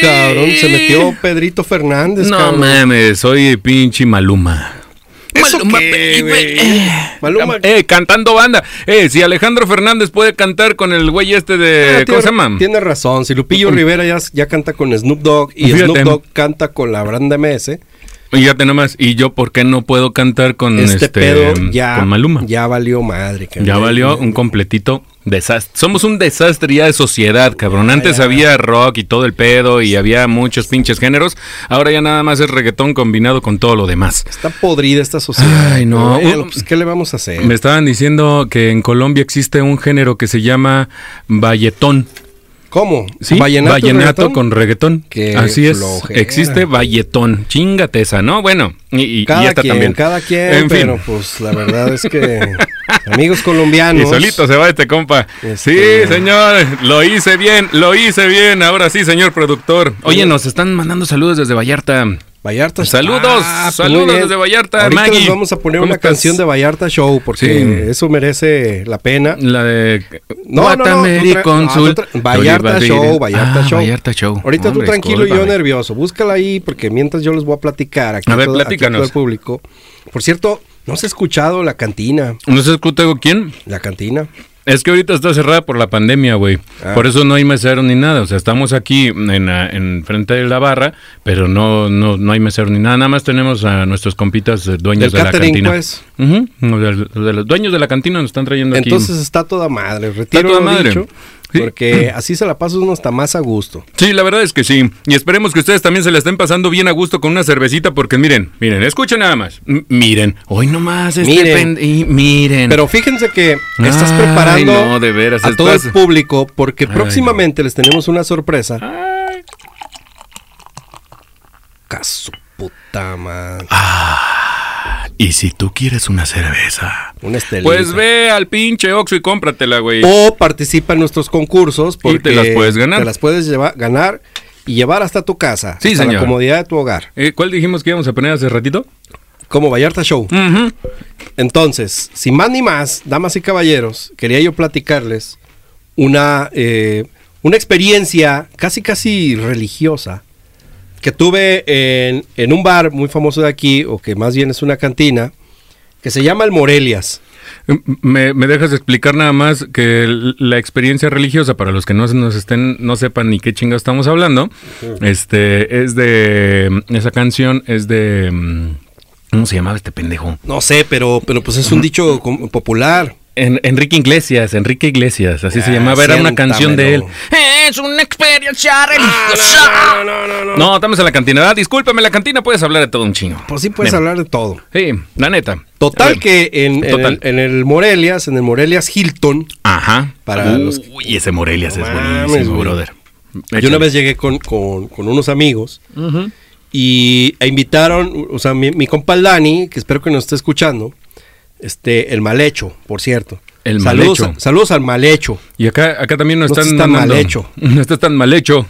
S2: cabrón, se metió Pedrito Fernández,
S1: No
S2: cabrón.
S1: mames, soy pinche Maluma.
S2: ¿Eso qué, güey? Maluma.
S1: Eh, cantando banda. Eh, si Alejandro Fernández puede cantar con el güey este de. ¿Cómo
S2: Ah, tiene,
S1: se llama? Mm.
S2: tiene razón. Si Lupillo Rivera ya, ya canta con Snoop Dogg y
S1: Fíjate.
S2: Snoop Dogg canta con la Branda MS,
S1: Y ya nomás. ¿Y yo por qué no puedo cantar con
S2: este,
S1: este,
S2: pedo ya,
S1: Con Maluma. Ya,
S2: ya valió madre. Mm. cabrón.
S1: valió un completito desastre. Somos un desastre ya de sociedad, cabrón. Antes había rock y todo el pedo y había muchos pinches géneros. Ahora ya nada más es reggaetón combinado con todo lo demás.
S2: Está podrida esta sociedad.
S1: Ay, no.
S2: Pero bueno, pues, ¿qué le vamos a hacer?
S1: Me estaban diciendo que en Colombia existe un género que se llama valletón.
S2: ¿Cómo?
S1: Sí, vallenato,
S2: ¿Vallenato, y reggaetón?
S1: con reggaetón.
S2: Qué
S1: Así es.
S2: flojera.
S1: Existe valletón. Chingate esa, ¿no? Bueno, y, y- y
S2: Cada
S1: esta
S2: quien,
S1: también.
S2: cada quien,
S1: En
S2: pero
S1: fin.
S2: pues la verdad es que amigos colombianos.
S1: Y solito se va este compa.
S2: Este-
S1: Sí, señor, lo hice bien, lo hice bien. Ahora sí, señor productor. Oye, nos están mandando saludos desde Vallarta.
S2: Vallarta.
S1: Saludos,
S2: pues,
S1: saludos
S2: muy bien.
S1: desde Vallarta,
S2: Ahorita
S1: Maggie.
S2: les vamos a poner
S1: ¿Cómo
S2: una
S1: estás?
S2: canción de Vallarta Show porque
S1: Sí.
S2: eso merece la pena.
S1: La de
S2: No, no, no,
S1: Guatameri
S2: tú tra-
S1: Consul.
S2: no, tú tra- Vallarta
S1: Oye,
S2: Show,
S1: Valdir-
S2: Vallarta
S1: Ah,
S2: Show.
S1: Vallarta Show.
S2: Ahorita
S1: Hombre,
S2: tú tranquilo y yo
S1: discúlpame.
S2: nervioso. Búscala ahí porque mientras yo les voy a platicar aquí
S1: A ver,
S2: todo- aquí
S1: platícanos.
S2: todo el público. Por cierto, no se ha escuchado la cantina.
S1: ¿No se escucha quién?
S2: La cantina.
S1: Es que ahorita está cerrada por la pandemia, güey.
S2: Ah.
S1: Por eso no hay mesero ni nada. O sea, estamos aquí en, la- en frente de la barra, pero no, no, no hay mesero ni nada. Nada más tenemos a nuestros compitas eh, dueños de
S2: Del
S1: la
S2: catering,
S1: cantina.
S2: pues.
S1: Ujú. Los de- los de los dueños de la cantina nos están trayendo aquí.
S2: Entonces está toda madre.
S1: Está
S2: Retiro
S1: toda
S2: lo
S1: madre.
S2: dicho.
S1: Sí.
S2: Porque así se la pasa uno hasta más a gusto.
S1: Sí, la verdad es que sí. Y esperemos que ustedes también se la estén pasando bien a gusto con una cervecita, porque miren, miren, escuchen nada más. M- miren, hoy nomás este
S2: Miren.
S1: pen- y miren.
S2: Pero fíjense que estás
S1: Ay,
S2: preparando
S1: no, de veras,
S2: a
S1: estás-
S2: todo el público porque
S1: Ay,
S2: próximamente les tenemos una sorpresa. Caso puta man.
S1: y si tú quieres una cerveza,
S2: Una estelita.
S1: pues ve al pinche Oxxo y cómpratela, güey.
S2: O participa en nuestros concursos porque
S1: te las puedes ganar.
S2: Te las puedes lleva- ganar y llevar hasta tu casa.
S1: Sí,
S2: hasta
S1: señor.
S2: la comodidad de tu hogar.
S1: Eh, ¿Cuál dijimos que íbamos a poner hace ratito?
S2: Como Vallarta Show.
S1: Mm.
S2: Entonces, sin más ni más, damas y caballeros, quería yo platicarles una, eh, una experiencia casi casi religiosa que tuve en, en un bar muy famoso de aquí, o que más bien es una cantina, que se llama El Morelias.
S1: Eh, ¿Me, me dejas explicar nada más que l- la experiencia religiosa, para los que no se- nos estén, no sepan ni qué chinga estamos hablando, este, es de, esa canción es de, mm, ¿cómo se llamaba este pendejo?
S2: No sé, pero, pero pues es un dicho com- popular.
S1: En- Enrique Iglesias, Enrique Iglesias, así se
S2: Ah,
S1: llamaba, era una canción de él.
S2: siéntamelo.
S1: Es una experiencia religiosa. Ah, No, estamos en la cantina. Ah, discúlpame, la cantina puedes hablar de todo un chingo.
S2: Pues sí puedes
S1: Bien.
S2: hablar de todo.
S1: Sí, la neta. A
S2: Total
S1: ver.
S2: que en, en
S1: Total.
S2: El, en el Morelias, en el Morelias Hilton,
S1: Ajá.
S2: Para
S1: Uy,
S2: los que-
S1: ese Morelias
S2: No
S1: es
S2: mames,
S1: buenísimo,
S2: güey.
S1: brother.
S2: Yo una vez llegué con, con- con unos amigos y e invitaron, o sea, mi, mi compa el Dani, que espero que nos esté escuchando, este, el mal hecho, por cierto.
S1: El
S2: saludos,
S1: mal hecho.
S2: Saludos al mal hecho.
S1: Y acá, acá también no
S2: No
S1: están...
S2: estás tan mal
S1: mandando-
S2: hecho.
S1: No estás tan mal hecho.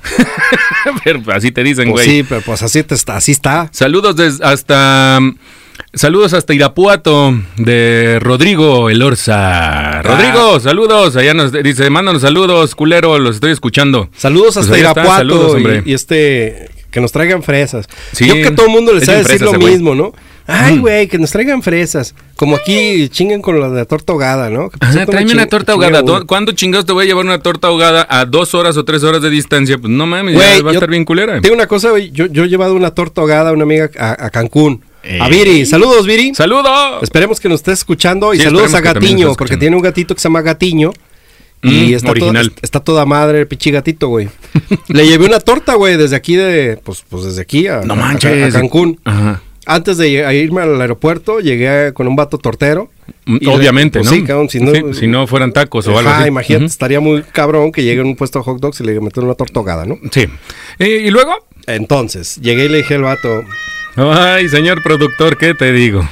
S1: Pero así te dicen,
S2: Pues
S1: güey.
S2: sí, pero pues así, te está, así está.
S1: Saludos des- hasta... mm, Saludos hasta Irapuato de Rodrigo
S2: Ah.
S1: Elorza. Rodrigo, saludos. Allá nos dice, mándanos saludos, culero, los estoy escuchando.
S2: Saludos
S1: Pues
S2: hasta
S1: ahí está,
S2: Irapuato
S1: saludos,
S2: y-
S1: hombre.
S2: y, este que nos traigan fresas.
S1: Sí,
S2: Yo creo que todo el mundo les
S1: es
S2: va a
S1: bien
S2: decir
S1: fresa
S2: lo
S1: ese güey.
S2: mismo, ¿no? Ay,
S1: Mm.
S2: güey, que nos traigan fresas. Como aquí chingan con la de la torta ahogada, ¿no? Que, por
S1: Ah,
S2: cierto, me
S1: tráeme una
S2: ching-
S1: torta
S2: chinga
S1: ahogada.
S2: uno.
S1: ¿Dó- ¿Cuándo chingados te voy a llevar una torta ahogada a dos horas o tres horas de distancia? Pues no mames, ya
S2: Güey,
S1: va a
S2: yo-
S1: estar bien culera.
S2: Tengo una cosa, güey, Yo, yo he llevado una torta ahogada a una amiga a, a Cancún. A
S1: Eh.
S2: Viri. Saludos, Viri.
S1: ¡Saludos!
S2: Esperemos que nos estés escuchando. Y
S1: Sí,
S2: saludos a
S1: esperemos que también nos
S2: Gatiño,
S1: esté
S2: porque
S1: escuchando.
S2: tiene un gatito que se llama Gatiño. Y
S1: Mm,
S2: está, todo-
S1: original.
S2: está toda madre el pichi gatito, güey. Le llevé una torta, güey, desde aquí de. Pues, pues desde aquí a,
S1: No
S2: a- a-
S1: manches.
S2: a Cancún.
S1: Ajá.
S2: Antes de lleg- a irme al aeropuerto, llegué con un vato tortero.
S1: Mm,
S2: Y le-
S1: Obviamente,
S2: pues
S1: ¿no?
S2: sí, cabrón, si no,
S1: Sí, si no fueran tacos o algo
S2: Ajá,
S1: así.
S2: imagínate,
S1: Ujú.
S2: estaría muy cabrón que llegue a un puesto de hot dogs y le metan una torta ahogada, ¿no?
S1: Sí. Eh, ¿Y luego?
S2: Entonces, llegué y le dije al vato,
S1: Ay, señor productor, ¿qué te digo?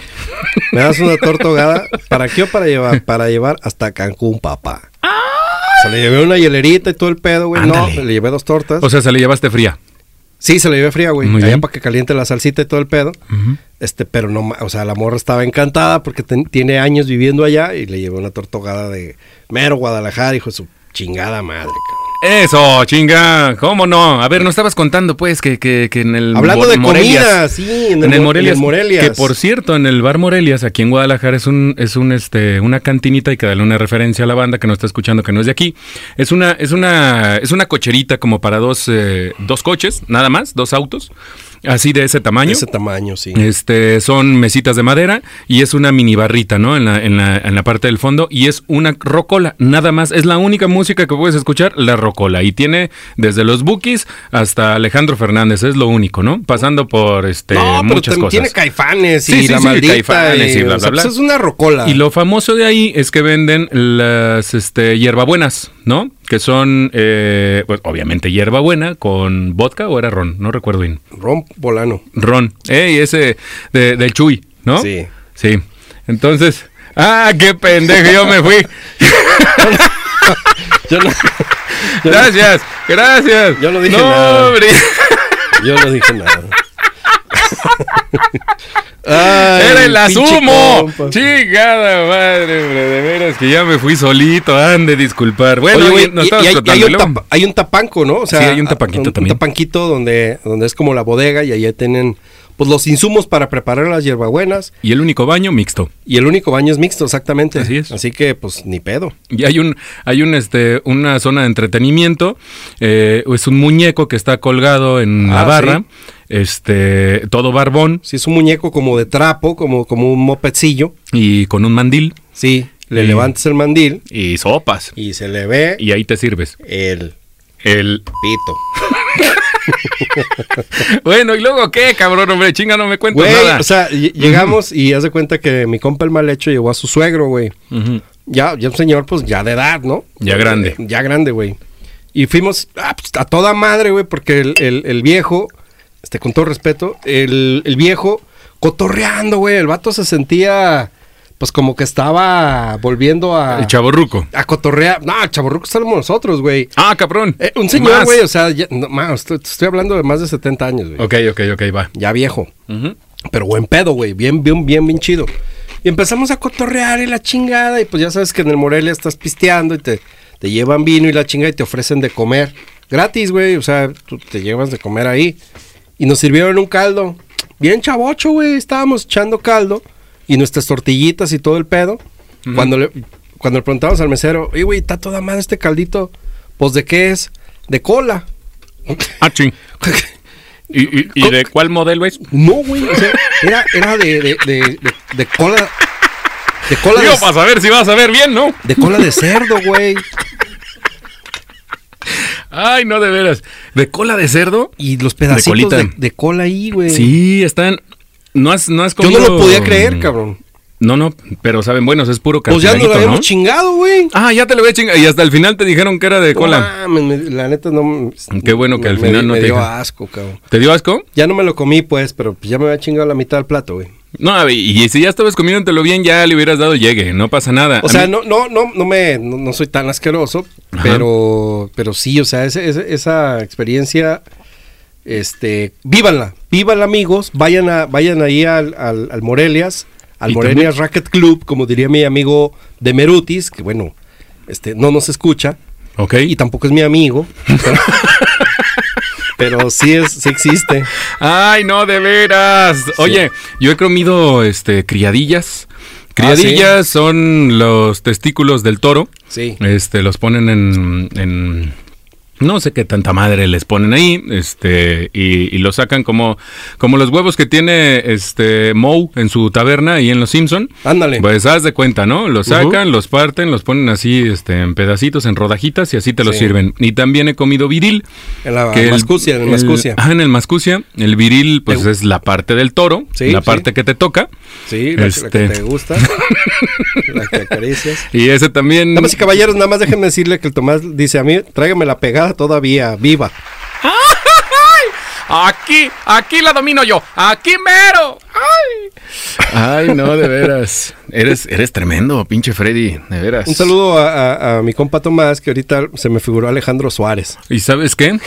S2: Me das una torta ahogada. ¿Para qué o para llevar? Para llevar hasta Cancún, papá. Se le llevé una hielerita y todo el pedo, güey. No,
S1: Ándale.
S2: le llevé dos tortas.
S1: O sea, se le llevaste fría.
S2: sí, se le llevé fría, güey.
S1: Muy
S2: Allá
S1: bien.
S2: para que caliente la salsita y todo el pedo. Este, pero no, ma- o sea, la morra estaba encantada porque ten- tiene años viviendo allá y le llevé una torta ahogada de mero Guadalajara, hijo de su chingada madre, cabrón.
S1: Eso, chinga, ¿cómo no? A ver, nos estabas contando, pues, que, que, que en el.
S2: Hablando
S1: Mor-
S2: de
S1: Morelias-
S2: comida, sí,
S1: En el,
S2: Mo-
S1: Morelias,
S2: en el Morelias.
S1: Que por cierto, en el bar Morelias, aquí en Guadalajara, es un, es un este, una cantinita, y que darle una referencia a la banda que nos está escuchando, que no es de aquí. Es una, es una, es una cocherita como para dos, eh, dos coches, nada más, dos autos, así de ese tamaño.
S2: De ese tamaño, sí.
S1: Este, son mesitas de madera y es una mini barrita, ¿no? En la, en, la, en la parte del fondo y es una rocola, nada más. Es la única música que puedes escuchar, la rocola. Y tiene desde los Bookies hasta Alejandro Fernández, es lo único, ¿no? Pasando por este,
S2: no, pero
S1: muchas
S2: también
S1: cosas.
S2: tiene caifanes y
S1: Sí, sí,
S2: la
S1: sí,
S2: maldita.
S1: Caifanes y bla,
S2: o sea,
S1: bla,
S2: pues
S1: bla.
S2: es una rocola.
S1: Y lo famoso de ahí es que venden las este, hierbabuenas, ¿no? Que son, eh, pues, obviamente, hierbabuena con vodka o era ron, no recuerdo bien.
S2: Ron Polano.
S1: Ron. Ey, ese de, del Chuy, ¿no?
S2: Sí.
S1: Sí. Entonces. ¡Ah, qué pendejo! Yo me fui.
S2: Yo no,
S1: Gracias, gracias.
S2: Yo no dije
S1: no,
S2: nada.
S1: hombre.
S2: yo no dije nada. Ay,
S1: Era el
S2: pinche
S1: asumo.
S2: compa.
S1: Chingada madre, hombre. De veras que ya me fui solito. Han de disculpar. Bueno,
S2: Oye,
S1: y-
S2: güey,
S1: nos
S2: y-
S1: estabas
S2: y hay,
S1: contando,
S2: hay un
S1: luego.
S2: tapa- hay un tapanco, ¿no? O sea,
S1: Sí, hay un tapanquito también.
S2: Un tapanquito donde, donde es como la bodega y ahí tienen pues los insumos para preparar las hierbabuenas
S1: Y el único baño mixto.
S2: y el único baño es mixto, exactamente.
S1: Así es.
S2: Así que pues ni pedo.
S1: Y hay un, hay un, este, una zona de entretenimiento. eh, es un muñeco que está colgado en
S2: Ah,
S1: la
S2: sí.
S1: barra. Este, todo barbón
S2: Si es un muñeco como de trapo, como, como un mopedcillo.
S1: y con un mandil.
S2: Sí. le
S1: Y-
S2: levantas el mandil
S1: Y sopas.
S2: y se le ve
S1: Y ahí te sirves.
S2: el
S1: El.
S2: pito.
S1: Bueno, ¿y luego qué, cabrón? Hombre, chinga, no me cuentas
S2: Güey,
S1: Pues nada.
S2: o sea, ll- llegamos y haz de cuenta que mi compa el mal hecho llevó a su suegro, güey.
S1: Ujú.
S2: Ya, ya un señor, pues ya de edad, ¿no?
S1: Ya grande.
S2: Eh, Ya grande, güey. Y fuimos ah, pues, a toda madre, güey, porque el, el- el viejo, este, con todo respeto, el, el viejo cotorreando, güey. El vato se sentía, pues como que estaba volviendo a.
S1: El chaborruco.
S2: A cotorrear. No, el chaborruco estamos nosotros, güey.
S1: Ah, cabrón.
S2: Eh, un señor,
S1: Más.
S2: güey, o sea, ya- no, ma, estoy, estoy hablando de más de 70 años, güey.
S1: Ok, ok, ok, va.
S2: Ya viejo.
S1: Ujú.
S2: Pero buen pedo, güey. Bien, bien, bien, bien chido. Y empezamos a cotorrear y la chingada. Y pues ya sabes que en el Morelia estás pisteando y te, te llevan vino y la chingada y te ofrecen de comer. Gratis, güey. O sea, tú te llevas de comer ahí. Y nos sirvieron un caldo. Bien chavocho, güey. Estábamos echando caldo. Y nuestras tortillitas y todo el pedo. Cuando le cuando le preguntamos al mesero, oye, güey, está toda madre este caldito. Pues, ¿de qué es? De cola.
S1: Ah, ching. ¿Y, y, y de cuál modelo es?
S2: No, güey. O sea, era, era de, de, de, de- de cola. De cola
S1: Digo,
S2: de,
S1: para saber si vas a ver bien, ¿no?
S2: de cola de cerdo, güey.
S1: Ay, no, de veras. ¿De cola de cerdo?
S2: Y los pedacitos
S1: colita.
S2: de, de cola ahí, güey.
S1: Sí, están. No has, no has
S2: Yo no
S1: comido-
S2: lo podía creer, cabrón.
S1: No, no, pero saben, buenos, es puro
S2: Pues ya nos
S1: cartinaguito,
S2: lo habíamos
S1: ¿no?
S2: chingado, güey.
S1: Ah, ya te lo voy a chingar. Y hasta el final te dijeron que era de cola.
S2: No mames, me- la neta no.
S1: Qué bueno que al
S2: me-
S1: final
S2: me,
S1: no
S2: me
S1: te
S2: dio
S1: dijo.
S2: asco, cabrón.
S1: ¿Te dio asco?
S2: Ya no me lo comí, pues, pero pues ya me había chingado la mitad del plato, güey.
S1: No, y, y si ya estabas comiéndotelo bien, ya le hubieras dado llegue, no pasa nada.
S2: O
S1: A
S2: sea,
S1: mí-
S2: no, no, no, no me, no, no soy tan asqueroso,
S1: Ajá.
S2: pero, pero sí, o sea, ese- ese- esa experiencia, este, vívanla, vívanla amigos, vayan a, vayan ahí al, al, al Morelias, al
S1: Y
S2: Morelias Racket Club, como diría mi amigo de Merutis, que bueno, este, no nos escucha
S1: Ok.
S2: y tampoco es mi amigo, pero, pero sí es, sí existe.
S1: Ay, no, de veras. Oye, yo he comido este criadillas. Criadillas son los testículos del toro.
S2: Sí.
S1: Este, los ponen en, en- no sé qué tanta madre les ponen ahí, este, y, y lo sacan como, como los huevos que tiene este Moe en su taberna y en los Simpson.
S2: Ándale.
S1: Pues haz de cuenta, ¿no? Los sacan, los parten, los ponen así, este, en pedacitos, en rodajitas, y así te los
S2: Sí. Ah,
S1: sirven. Y también he comido viril.
S2: En la
S1: que el-
S2: Mascucia, en el Mascucia.
S1: Ah, en el mascucia. El viril, pues
S2: Te-
S1: es la parte del toro,
S2: Sí,
S1: la
S2: sí.
S1: parte que te toca.
S2: Sí, la, que- la que
S1: Este.
S2: te gusta, la que acaricias.
S1: Y ese también.
S2: Damas y caballeros, nada más déjenme decirle que el Tomás dice a mí, tráigame la pegada todavía, viva.
S1: Aquí, aquí la domino yo. Aquí mero. Ay. Ay, no, de veras. Eres, eres tremendo, pinche Freddy. De veras.
S2: Un saludo a, a- a mi compa Tomás, que ahorita se me figuró Alejandro Suárez.
S1: ¿Y sabes qué?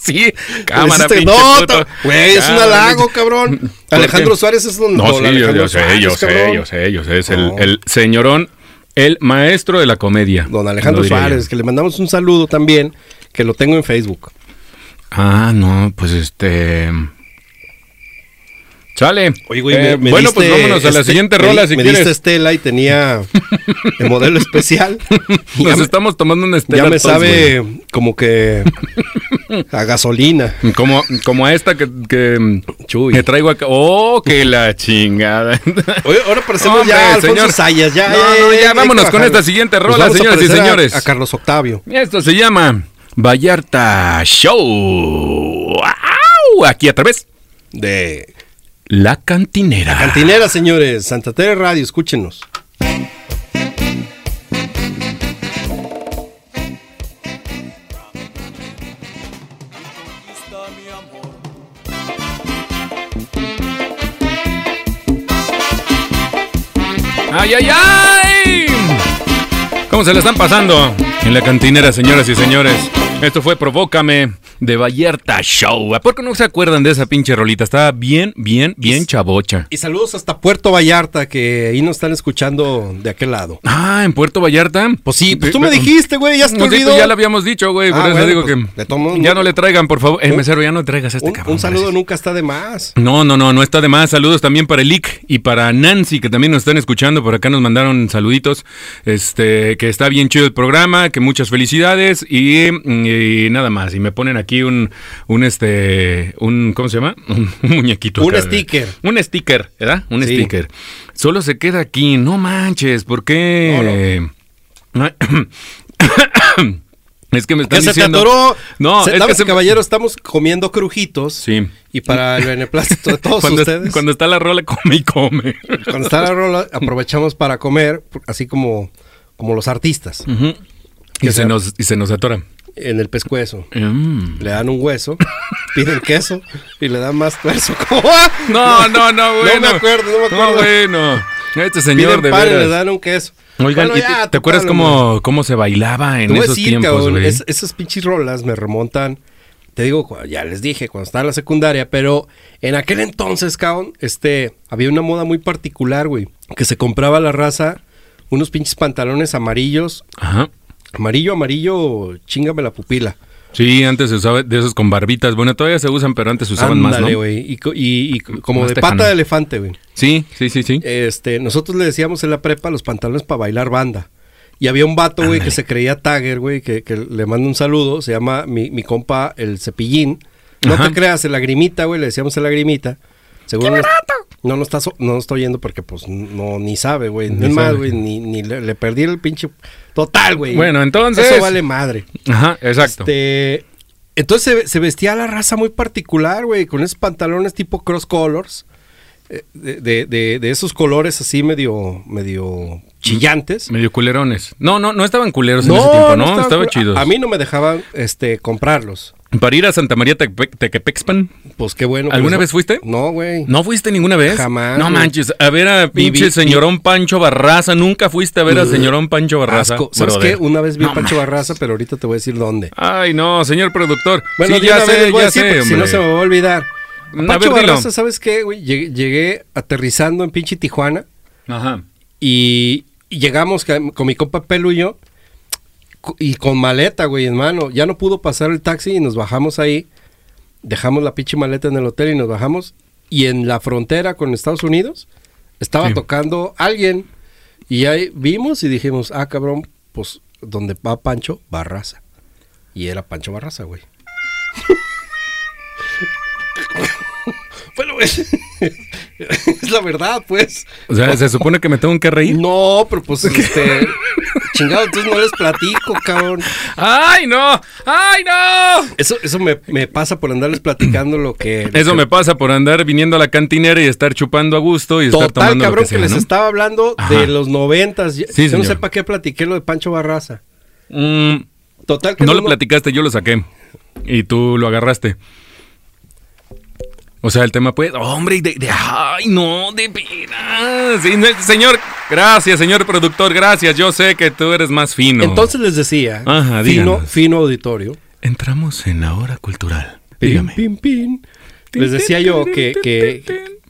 S1: sí, cámara,
S2: Este,
S1: pinche
S2: no,
S1: puto.
S2: to- güey, es un
S1: Cámara,
S2: halago,
S1: pinche-
S2: cabrón.
S1: ¿Por
S2: Alejandro
S1: qué?
S2: Suárez es un
S1: No,
S2: don
S1: sí, yo,
S2: Alejandro
S1: yo sé, yo
S2: Suárez,
S1: sé,
S2: cabrón.
S1: yo sé, yo sé. Es el,
S2: No.
S1: el señorón, el maestro de la comedia.
S2: Don Alejandro
S1: lo diría yo.
S2: Suárez, que le mandamos un saludo también, que lo tengo en Facebook.
S1: Ah, no, pues este. Sale. Eh, bueno, pues
S2: diste
S1: vámonos a la
S2: este-
S1: siguiente
S2: me di-
S1: rola si
S2: me
S1: quieres.
S2: diste Estela y tenía el modelo especial. Y este, ya
S1: Nos
S2: me-
S1: estamos tomando un
S2: ya
S1: Stella
S2: me
S1: Artois,
S2: sabe como que a gasolina.
S1: güey. Como, como a esta que, que,
S2: Chuy.
S1: que traigo acá. ¡Oh, que la chingada!
S2: Oye, ahora parecemos
S1: Hombre,
S2: ya Alfonso
S1: señor.
S2: Sayas, ya,
S1: No,
S2: eh,
S1: no, ya,
S2: hay que
S1: vámonos con
S2: bajarle.
S1: esta siguiente rola,
S2: vamos a
S1: señoras y
S2: parecer a-
S1: señores.
S2: A, Carlos Octavio.
S1: Esto se llama Vallarta Show. ¡Au! Aquí a través.
S2: De
S1: La cantinera.
S2: Cantinera, señores. Santa Tere Radio, escúchenos.
S1: ¡Ay, ay, ay! ¿Cómo se la están pasando? En la cantinera, señoras y señores. Esto fue Provócame de Vallarta Show. ¿A poco no se acuerdan de esa pinche rolita? Estaba bien, bien, bien chabocha.
S2: Y saludos hasta Puerto Vallarta, que ahí nos están escuchando de aquel lado.
S1: Ah, ¿en Puerto Vallarta? Eh,
S2: Pues sí, pues tú me dijiste, güey, ya se te
S1: Pues sí,
S2: olvidó.
S1: pues ya lo habíamos dicho, güey. Por
S2: Ah,
S1: eso
S2: bueno,
S1: digo
S2: pues,
S1: que.
S2: de todos modos,
S1: ya
S2: no-
S1: no le traigan, por favor. Eh,
S2: Un-
S1: mesero, ya no traigas a este
S2: Un,
S1: cabrón.
S2: un saludo
S1: gracias.
S2: nunca está de más.
S1: No, no, no, no está de más. Saludos también para el IC y para Nancy, que también nos están escuchando. Por acá nos mandaron saluditos. Este, que está bien chido el programa, que muchas felicidades y, mm, y nada más. Y me ponen aquí aquí un, un este, un, ¿cómo se llama? Un, muñequito.
S2: Un
S1: acá.
S2: sticker.
S1: Un sticker, ¿verdad? Un
S2: Sí.
S1: sticker. Solo se queda aquí, no manches, ¿por qué? es que me están
S2: ¡Que se te
S1: diciendo...
S2: atoró!
S1: No,
S2: Se-
S1: es que
S2: damas y
S1: se...
S2: caballeros, estamos comiendo crujitos.
S1: Sí.
S2: Y para el beneplácito de todos
S1: Cuando,
S2: ustedes,
S1: cuando está la rola, come y come.
S2: cuando está la rola, aprovechamos para comer, así como, como los artistas,
S1: Ujú. y,
S2: Que
S1: se
S2: sea-
S1: nos, y se nos atora.
S2: en el pescuezo.
S1: Mm.
S2: Le dan un hueso, piden queso y le dan más hueso.
S1: No, no, no, güey.
S2: No me acuerdo, no me acuerdo.
S1: No, güey, no. Este señor
S2: Piden
S1: de
S2: pan y le
S1: veras.
S2: dan un queso.
S1: Oigan,
S2: Bueno,
S1: ¿y
S2: ya,
S1: te, te
S2: total,
S1: acuerdas
S2: hombre.
S1: cómo, cómo se bailaba en
S2: Te voy a
S1: esos
S2: decir,
S1: tiempos,
S2: cabrón,
S1: güey?
S2: es- esas pinches rolas me remontan. Te digo, cu- ya les dije, cuando estaba en la secundaria, pero en aquel entonces, cabrón, este, había una moda muy particular, güey, que se compraba la raza unos pinches pantalones amarillos,
S1: Ajá.
S2: amarillo, amarillo, chingame la pupila.
S1: Sí, antes se usaba de esos con barbitas. Bueno, todavía se usan, pero antes se usaban más,
S2: Ándale,
S1: ¿no?
S2: güey, y, co- y- y como
S1: Más
S2: de
S1: tejano.
S2: pata de elefante, güey.
S1: Sí, sí, sí, sí.
S2: Este, nosotros le decíamos en la prepa los pantalones para bailar banda. Y había un vato, güey, que se creía Tagger, güey, que, que le mando un saludo. Se llama mi, mi compa el Cepillín. No
S1: Ajá.
S2: te creas, el lagrimita, güey, le decíamos el lagrimita. Seguro no, no lo está, so- no lo está oyendo porque, pues, no, ni sabe, güey. Ni
S1: Ni
S2: más,
S1: sabe.
S2: güey, ni, ni le, le perdí el pinche. Total, güey.
S1: Bueno, entonces-
S2: Eso vale madre.
S1: Ajá, exacto.
S2: Eh, Este, entonces se, se vestía la raza muy particular, güey, con esos pantalones tipo cross colors, eh, de, de- de- de esos colores así medio, medio chillantes.
S1: Medio culerones. No, no, no estaban culeros Mm, en
S2: No,
S1: ese tiempo, ¿no?
S2: no estaban
S1: Estaba
S2: cul-
S1: chido.
S2: a- A mí no me dejaban este, comprarlos.
S1: Para ir a Santa María Tepe- Tequepexpan,
S2: Pues qué bueno.
S1: ¿Alguna
S2: pues,
S1: vez fuiste?
S2: No, güey.
S1: ¿no fuiste ninguna vez?
S2: Jamás,
S1: No
S2: güey.
S1: manches. A ver a pinche
S2: vi-
S1: señorón Pancho Barraza. Nunca fuiste a ver a señorón Pancho Barraza.
S2: Asco. ¿Sabes
S1: brother.
S2: qué? Una vez vi a
S1: No
S2: Pancho Barraza, pero ahorita te voy a decir dónde.
S1: Ay, no, señor productor.
S2: Bueno,
S1: sí,
S2: de
S1: ya
S2: una vez
S1: sé,
S2: les voy a
S1: ya
S2: decir,
S1: sé,
S2: porque si no
S1: hombre.
S2: se me va a olvidar.
S1: A
S2: Pancho
S1: ver, dilo.
S2: Barraza, ¿sabes qué, güey? Llegué- llegué aterrizando en pinche Tijuana.
S1: Ajá.
S2: Y y llegamos ca- con mi compa Pelu y yo, co- y con maleta, güey, en mano. Ya no pudo pasar el taxi y nos bajamos ahí. Dejamos la pinche maleta en el hotel y nos bajamos. Y en la frontera con Estados Unidos estaba
S1: Sí.
S2: tocando alguien. Y ahí vimos y dijimos, ah, cabrón, pues donde va Pancho, Barraza. Y era Pancho Barraza, güey. bueno, es, es la verdad, pues.
S1: O sea, se supone que me tengo que reír.
S2: No, pero pues este. chingado, entonces no les platico, cabrón.
S1: ¡Ay, no! ¡Ay, no!
S2: Eso, eso me, me pasa por andarles platicando lo que. lo
S1: Eso
S2: que-
S1: me pasa por andar viniendo a la cantinera y estar chupando a gusto y estar
S2: Total,
S1: tomando lo
S2: cabrón,
S1: que
S2: que,
S1: sea,
S2: les
S1: ¿no?
S2: estaba hablando
S1: Ajá.
S2: de los noventas. Yo yo no
S1: señor.
S2: sé para qué platiqué lo de Pancho Barraza.
S1: Mm,
S2: Total, que
S1: no lo
S2: no-
S1: platicaste, yo lo saqué. Y tú lo agarraste. O sea, el tema pues, hombre, y de, de- ay, no, de veras. Sí, no, señor, gracias, señor productor, gracias. Yo sé que tú eres más fino.
S2: Entonces les decía,
S1: Ajá,
S2: fino,
S1: díganos.
S2: fino auditorio.
S1: entramos en la hora cultural.
S2: Pin,
S1: Dígame.
S2: pin, pin. Les decía yo que, que,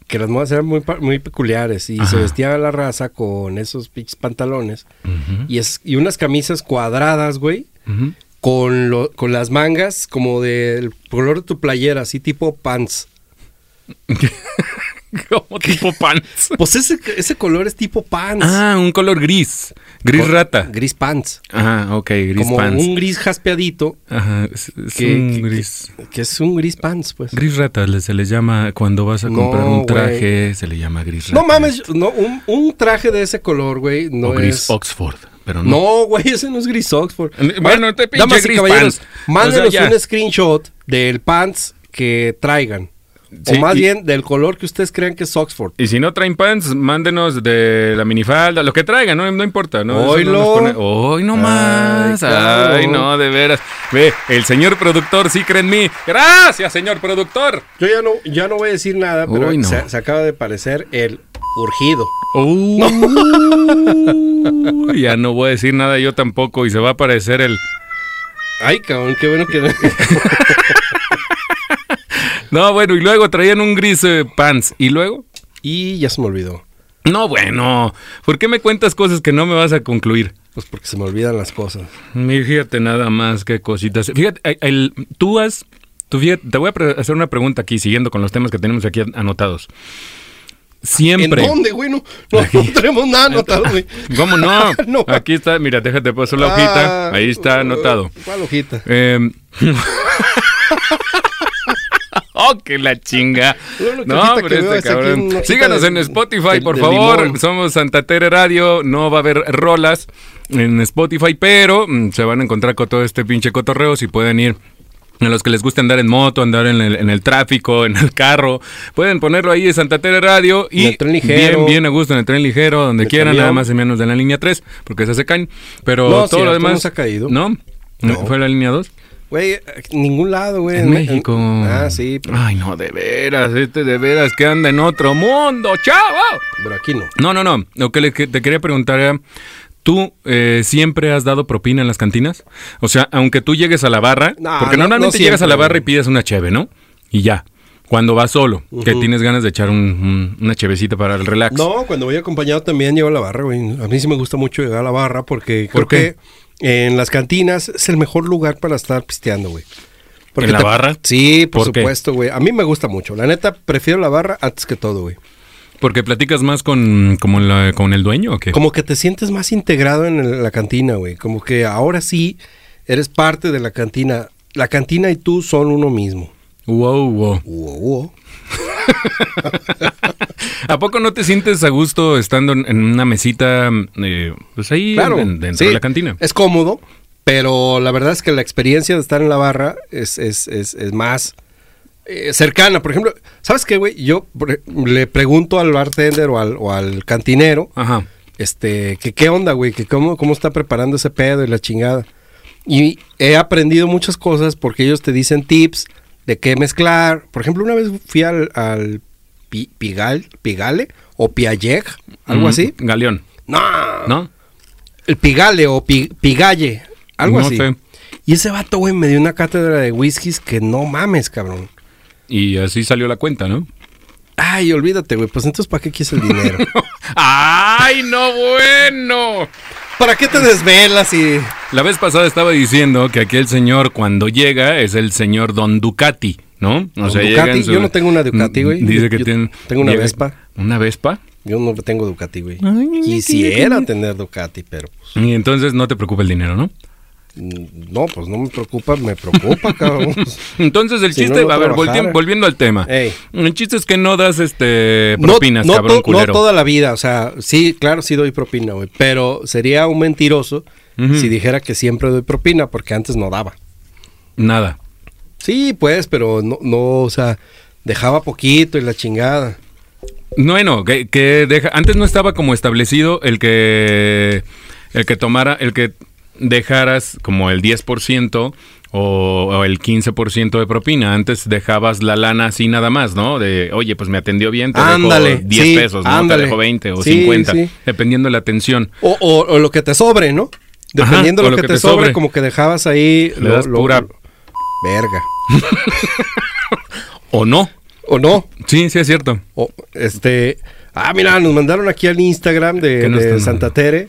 S2: que las modas eran muy, pa- muy peculiares y
S1: Ajá.
S2: se vestía la raza con esos pinches pantalones y, es, y unas camisas cuadradas, güey,
S1: Ujú.
S2: con, lo- con las mangas como del color de tu playera, así tipo pants.
S1: Como tipo pants.
S2: Pues ese, ese color es tipo pants.
S1: Ah, un color gris. Gris
S2: Col-
S1: rata.
S2: Gris pants.
S1: Ah, ok, gris
S2: como
S1: pants.
S2: un gris jaspeadito,
S1: Ajá, es, es
S2: que-
S1: un
S2: que-
S1: gris.
S2: que es un gris pants, pues.
S1: Gris rata le- se les llama cuando vas a
S2: No,
S1: comprar un
S2: güey.
S1: traje, se le llama gris rata.
S2: No mames, no, un, un traje de ese color, güey, no
S1: o gris
S2: es...
S1: Oxford, pero no.
S2: No, güey, ese no es gris Oxford.
S1: Bueno, este pinche
S2: damas y
S1: gris
S2: caballeros,
S1: pants.
S2: mándenos
S1: O sea, ya.
S2: un screenshot del pants que traigan.
S1: Sí,
S2: o más
S1: y-
S2: bien del color que ustedes crean que es Oxford.
S1: Y si no traen pants, mándenos de la minifalda, lo que traigan, no, no importa. ¿no? Eso
S2: Oilo.
S1: no nos pone- ¡Hoy no
S2: Ay,
S1: más!
S2: claro.
S1: ¡Ay, no, de veras! Ve, el señor productor sí cree en mí. ¡Gracias, señor productor!
S2: Yo ya no, ya no voy a decir nada, pero
S1: Uy, no.
S2: se, se acaba de parecer el urgido.
S1: Uy, ya no voy a decir nada yo tampoco y se va a aparecer el...
S2: Ay, cabrón, qué bueno que...
S1: No, bueno, y luego traían un gris eh, pants. ¿Y luego?
S2: y ya se me olvidó.
S1: No, bueno. ¿Por qué me cuentas cosas que no me vas a concluir?
S2: Pues porque se me olvidan las cosas.
S1: Y Fíjate nada más qué cositas. Fíjate, el- el- tú has... Tú fíjate, te voy a pre- hacer una pregunta aquí, siguiendo con los temas que tenemos aquí an- anotados. Siempre...
S2: ¿En dónde, güey? No, no, no tenemos nada anotado, güey.
S1: ¿Cómo no?
S2: Ah, No.
S1: Aquí está, mira, déjate paso la
S2: Ah,
S1: hojita. Ahí está anotado.
S2: ¿Cuál hojita?
S1: Em, ¡Oh, que la chinga!
S2: Lo único
S1: No,
S2: ahorita
S1: pero
S2: que veo
S1: este
S2: es aquí
S1: cabrón.
S2: una hojita
S1: Síganos
S2: de-
S1: en Spotify,
S2: de-
S1: por
S2: de
S1: favor.
S2: limón.
S1: Somos Santa Tere Radio. No va a haber rolas en Spotify, pero mm, se van a encontrar con todo este pinche cotorreo. Si pueden ir. A los que les gusta andar en moto, andar en el, en el tráfico, en el carro, pueden ponerlo ahí de Santa Tere Radio y
S2: En el tren ligero.
S1: bien, bien a gusto en el tren ligero, donde
S2: En el
S1: quieran,
S2: camión.
S1: nada más y menos de la línea 3, porque esas se caen. Pero
S2: No,
S1: todo
S2: cierto,
S1: lo demás.
S2: no se ha caído.
S1: ¿No?
S2: No.
S1: ¿Fue la línea 2?
S2: Güey, en ningún lado, güey.
S1: En México.
S2: Ah, sí, pero,
S1: Ay, no, de veras, este de veras que anda en otro mundo, chavo.
S2: pero aquí no.
S1: No, no, no. Lo que le- que te quería preguntar era, ¿tú eh, siempre has dado propina en las cantinas? O sea, aunque tú llegues a la barra,
S2: No,
S1: porque
S2: no-
S1: normalmente
S2: no
S1: llegas a la
S2: siempre.
S1: barra y pides una cheve, ¿no? Y ya. Cuando vas solo, que tienes ganas de echar un- un- una chevecita para el relax.
S2: No, cuando voy acompañado también llevo la barra, güey. A mí sí me gusta mucho llegar a la barra porque
S1: ¿Por
S2: creo que en las cantinas es el mejor lugar para estar pisteando, güey.
S1: ¿En la barra?
S2: Sí, por,
S1: ¿Por qué?
S2: supuesto, güey. A mí me gusta mucho. La neta, prefiero la barra antes que todo, güey.
S1: Porque platicas más con, como la- con el dueño o qué?
S2: Como que te sientes más integrado en el- la cantina, güey. Como que ahora sí eres parte de la cantina. La cantina y tú son uno mismo.
S1: Wow, wow.
S2: Uo, uo.
S1: ¿A poco no te sientes a gusto estando en, en una mesita, eh, pues ahí
S2: Claro.
S1: en- dentro de
S2: sí. Eh,
S1: la cantina?
S2: Es cómodo, pero la verdad es que la experiencia de estar en la barra es, es- es- es más eh, cercana. Por ejemplo, ¿sabes qué, güey? Yo por ej- le pregunto al bartender o al, o al cantinero,
S1: Ajá.
S2: este, que qué onda, güey, que cómo, cómo está preparando ese pedo y la chingada. Y he aprendido muchas cosas porque ellos te dicen tips de qué mezclar. Por ejemplo, una vez fui al, al Pi- Pigal, Pigale o Pialeg, algo
S1: Mm,
S2: así.
S1: Galeón,
S2: No,
S1: ¿no?
S2: el Pigale o Pi- Pigalle, algo
S1: No
S2: así.
S1: sé.
S2: Y ese vato, güey, me dio una cátedra de whiskies que no mames, cabrón.
S1: Y así salió la cuenta, ¿no?
S2: Ay, olvídate, güey. Pues entonces, ¿para qué quieres el dinero?
S1: ¡Ay, no bueno!
S2: ¿Para qué te desvelas y...?
S1: La vez pasada estaba diciendo que aquí el señor cuando llega es el señor Don Ducati, ¿no? O
S2: Don Ducati,
S1: llega en Mm,
S2: yo no tengo una Ducati, güey.
S1: Dice que
S2: Yo
S1: tiene...
S2: tengo una
S1: llega-
S2: Vespa.
S1: ¿Una Vespa?
S2: Yo no tengo Ducati, güey.
S1: Ay, mira,
S2: Quisiera tener Ducati, pero pues,
S1: Y entonces no te preocupa el dinero, ¿no?
S2: mm, no, pues no me preocupa, me preocupa, cabrón.
S1: Entonces el
S2: Si no,
S1: chiste,
S2: no
S1: a ver,
S2: trabajara.
S1: volvien- volviendo al tema.
S2: Ey.
S1: El chiste es que no das este
S2: No-
S1: propinas,
S2: no,
S1: cabrón
S2: to- no
S1: culero.
S2: toda la vida, o sea, sí, claro, sí doy propina, güey. Pero sería un mentiroso si dijera que siempre doy propina, porque antes no daba.
S1: Nada.
S2: Sí, pues, pero no, no, o sea, dejaba poquito y la chingada.
S1: Bueno, que, que deja, antes no estaba como establecido el que el que tomara, el que dejaras como el 10% o, o el 15% de propina. Antes dejabas la lana así nada más, ¿no? De, oye, pues me atendió bien, te
S2: Ándale,
S1: dejo 10
S2: sí,
S1: pesos, ¿no?
S2: ándale.
S1: Te dejo 20 o
S2: Sí,
S1: 50,
S2: sí.
S1: dependiendo de la atención.
S2: O, o- o lo que te sobre, ¿no? Dependiendo
S1: Ajá,
S2: de
S1: o
S2: lo que, te, sobre, como que dejabas ahí
S1: Le das pura-
S2: verga.
S1: ¿O no?
S2: O no.
S1: Sí, sí es cierto.
S2: o, este, ah, mira, nos mandaron aquí al Instagram de,
S1: ¿Qué nos
S2: de
S1: están
S2: Santa Tere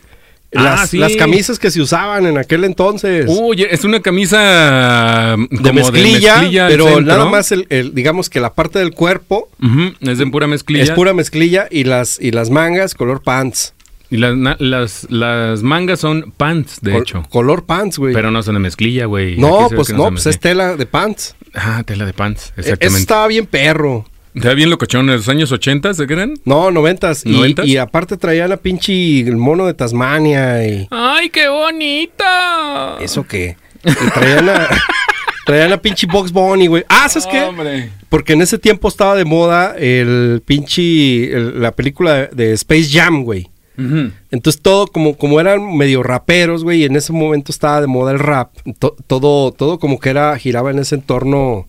S1: Ah,
S2: las,
S1: sí.
S2: las camisas que se usaban en aquel entonces.
S1: Oye, es una camisa mm, como
S2: de, mezclilla,
S1: al
S2: pero
S1: centro.
S2: nada más el, el- digamos que la parte del cuerpo
S1: Ujú, es de pura mezclilla.
S2: es pura mezclilla y las y las mangas color pants.
S1: Y las, na- las, las mangas son pants, de
S2: Col-
S1: hecho.
S2: Color pants, güey.
S1: Pero no son de mezclilla, güey.
S2: no,
S1: Aquí se ve
S2: pues
S1: que
S2: no,
S1: son de
S2: pues es
S1: mezclilla.
S2: tela de pants.
S1: Ah, tela de pants,
S2: Eso
S1: exactamente.
S2: estaba bien perro.
S1: ¿Te ve bien locochón en los años 80, se creen?
S2: No, noventas. Y-
S1: ¿Noventas?
S2: Y, aparte traía la pinche el mono de Tasmania y
S1: ¡Ay, qué bonita!
S2: eso que y traían la traían la pinche Box Bunny, güey. Ah, ¿sabes qué?
S1: Hombre.
S2: Porque en ese tiempo estaba de moda el pinche el- la película de, de Space Jam, güey.
S1: Ujú.
S2: Entonces todo como como eran medio raperos, güey, y en ese momento estaba de moda el rap. to- todo todo como que era giraba en ese entorno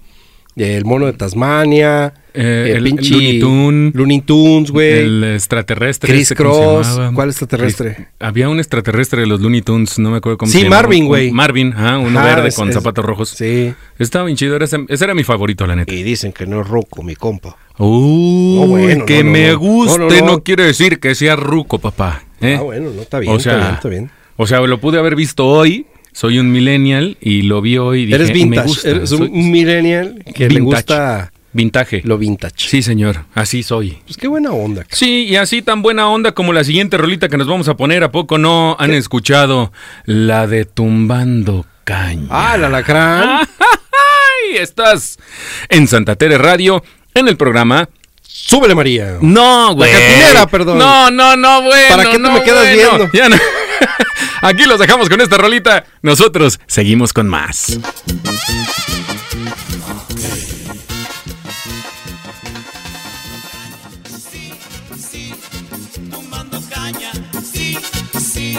S2: eh, el mono de Tasmania,
S1: Eh, el- el Looney Tune.
S2: Looney Tunes, güey.
S1: El extraterrestre.
S2: Chris
S1: ¿cómo se
S2: Cross.
S1: llamaba?
S2: ¿Cuál extraterrestre?
S1: Chris- había un extraterrestre de los Looney Tunes, no me acuerdo cómo
S2: Sí,
S1: se llamaba.
S2: Marvin, güey.
S1: Un- Marvin, ajá, uno
S2: Ajá,
S1: verde
S2: es-
S1: con
S2: es-
S1: zapatos rojos.
S2: Sí.
S1: Estaba bien chido, era ese, ese era mi favorito, la neta.
S2: Y dicen que no es roco, mi compa.
S1: Uy,
S2: No, Oh, bueno,
S1: que
S2: no, no,
S1: me
S2: no.
S1: guste
S2: No,
S1: no,
S2: no, no.
S1: quiere decir que sea ruco, papá. ¿eh?
S2: Ah, bueno, no, está bien,
S1: O
S2: está
S1: sea,
S2: bien, está bien.
S1: O sea, lo pude haber visto hoy. Soy un millennial y lo vi hoy. y dije,
S2: eres vintage,
S1: Me gusta,
S2: eres un
S1: soy-
S2: millennial que
S1: vintage,
S2: le gusta
S1: Vintage.
S2: lo vintage.
S1: Sí, señor. Así soy.
S2: Pues qué buena onda. ca-
S1: Sí, y así tan buena onda como la siguiente rolita que nos vamos a poner. ¿A poco no han escuchado la de Tumbando Caña?
S2: Ah, el Ah, alacrán.
S1: ¡Ay! estás en Santa Tere Radio, en el programa.
S2: Súbele, María.
S1: No, güey.
S2: Cantinera, perdón.
S1: No, no, no, güey.
S2: ¿Para qué te me quedas viendo?
S1: Aquí los dejamos con esta rolita. Nosotros seguimos con más.
S5: Tumbando caña, sí, sí,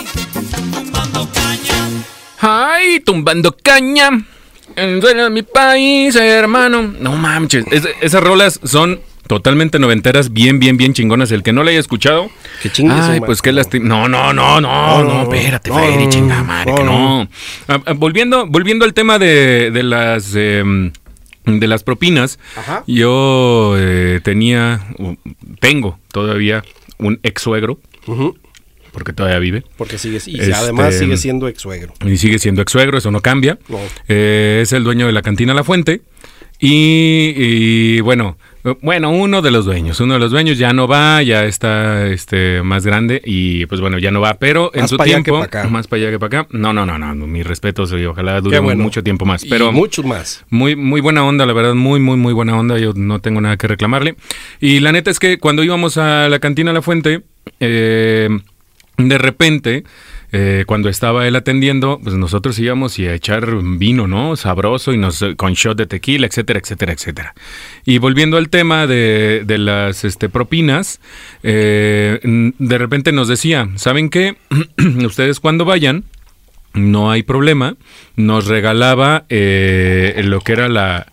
S5: tumbando caña.
S1: Ay, tumbando caña. En suelo de mi país, hermano. No manches. es- esas rolas son totalmente noventeras, bien, bien, bien chingonas. El que no la haya escuchado.
S2: Que chingue su
S1: Ay,
S2: madre.
S1: pues qué lástima. No, no, no, no, no, espérate,
S2: no,
S1: Freddy,
S2: no,
S1: chingada madre,
S2: no,
S1: que no. Ah, ah, volviendo, volviendo al tema de, de las. em, de las propinas,
S2: Ajá.
S1: yo eh, tenía, u- tengo todavía un ex suegro,
S2: Ujú.
S1: porque todavía vive.
S2: Porque sigue, y
S1: Este-
S2: además sigue siendo ex suegro.
S1: Y sigue siendo ex suegro, eso no cambia.
S2: No.
S1: Eh, es el dueño de la cantina La Fuente. Y, y, bueno, eh, bueno, uno de los dueños, uno de los dueños ya no va, ya está este más grande y pues bueno, ya no va, pero en
S2: Más
S1: su
S2: pa' allá que
S1: tiempo,
S2: pa' acá.
S1: más para allá que para acá. No, no, no, no, mi respeto, soy, ojalá dure
S2: Qué bueno.
S1: mucho tiempo más,
S2: Y
S1: pero
S2: muchos más.
S1: muy, muy buena onda, la verdad, muy, muy, muy buena onda. Yo no tengo nada que reclamarle. Y la neta es que cuando íbamos a la cantina La Fuente, eh, de repente, eh, cuando estaba él atendiendo, pues nosotros íbamos y a echar vino, ¿no? Sabroso y nos con shot de tequila, etcétera, etcétera, etcétera. Y volviendo al tema de, de las este, propinas, eh, n- de repente nos decía, ¿saben qué? Ustedes cuando vayan, no hay problema. Nos regalaba eh, lo que era la.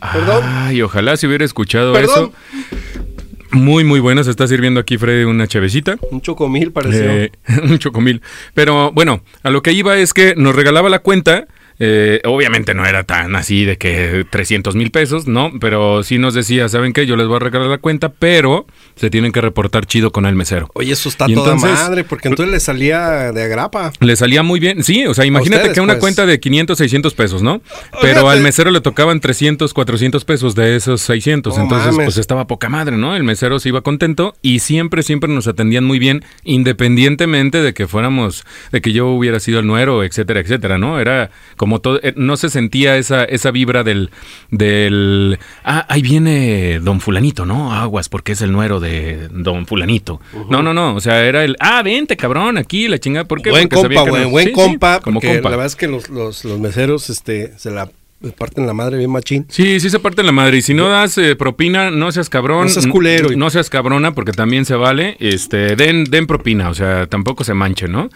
S1: Ah,
S2: Perdón.
S1: Ay, ojalá si hubiera escuchado
S2: Perdón.
S1: eso. Muy, muy bueno. Se está sirviendo aquí, Freddy, una chavecita.
S2: Un chocomil pareció.
S1: Eh, un chocomil. Pero bueno, a lo que iba es que nos regalaba la cuenta. eh, obviamente no era tan así de que 300 mil pesos, ¿no? Pero sí nos decía, ¿saben qué? Yo les voy a regalar la cuenta, pero se tienen que reportar chido con el mesero.
S2: Oye, eso está
S1: Y
S2: toda
S1: entonces-
S2: madre, porque entonces le salía de agrapa.
S1: Le salía muy bien. Sí, o sea, imagínate
S2: ustedes,
S1: que una
S2: pues.
S1: cuenta de 500, 600 pesos, ¿no? Pero
S2: Olvídate.
S1: al mesero le tocaban 300, 400 pesos de esos 600.
S2: No
S1: Entonces,
S2: mames.
S1: pues estaba poca madre, ¿no? El mesero se iba contento y siempre, siempre nos atendían muy bien, independientemente de que fuéramos, de que yo hubiera sido el nuero, etcétera, etcétera, ¿no? Era como todo, eh, no se sentía esa, esa vibra del, del, ah, ahí viene don fulanito, ¿no? Aguas, porque es el nuero de don fulanito. No, no, no, o sea, era el, ah, vente, cabrón, aquí, la chingada, ¿por qué?
S2: Buen
S1: Porque sabía
S2: compa,
S1: que
S2: güey,
S1: nos-
S2: buen
S1: sí, sí,
S2: compa.
S1: como
S2: porque
S1: compa.
S2: la verdad es que los, los, los meseros este, se la parten la madre bien machín.
S1: Sí, sí se parte la madre. Y si no das eh, propina, no seas cabrón.
S2: No seas culero.
S1: No seas cabrona, porque también se vale. Este, den, den propina, o sea, tampoco se manche, ¿no?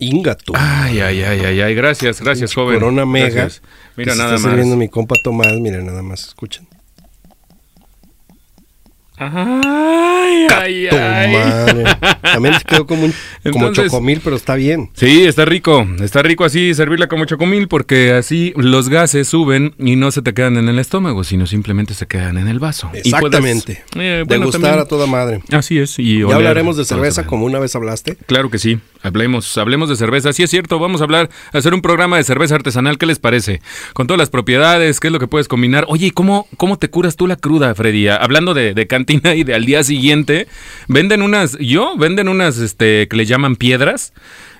S2: Inga tú.
S1: Ay, ay, ay, ay, ay. Gracias, gracias,
S2: Pinche
S1: joven.
S2: Corona Mega.
S1: Gracias. Mira
S2: que se
S1: nada
S2: está sirviendo
S1: más.
S2: mi compa Tomás, mira nada más, escuchen.
S1: Ay, ay, ay.
S2: Tomás. También se quedó como un como
S1: Entonces-
S2: chocomil, pero está bien.
S1: Sí, está rico. Está rico así servirla como chocomil porque así los gases suben y no se te quedan en el estómago, sino simplemente se quedan en el vaso. Y puedes,
S2: Exactamente.
S1: eh,
S2: de
S1: bueno,
S2: gustar
S1: también-
S2: a toda madre.
S1: Así es. Y
S2: Ya
S1: oler
S2: hablaremos de
S1: todo
S2: cerveza
S1: también.
S2: como una vez hablaste.
S1: Claro que sí. Hablemos, hablemos de cerveza. Sí es cierto, vamos a hablar, a hacer un programa de cerveza artesanal. ¿Qué les parece? Con todas las propiedades, qué es lo que puedes combinar. Oye, ¿y ¿cómo, cómo te curas tú la cruda, Freddy? Ah, Hablando de, de cantina y de al día siguiente, venden unas, yo, venden unas este, que le llaman piedras.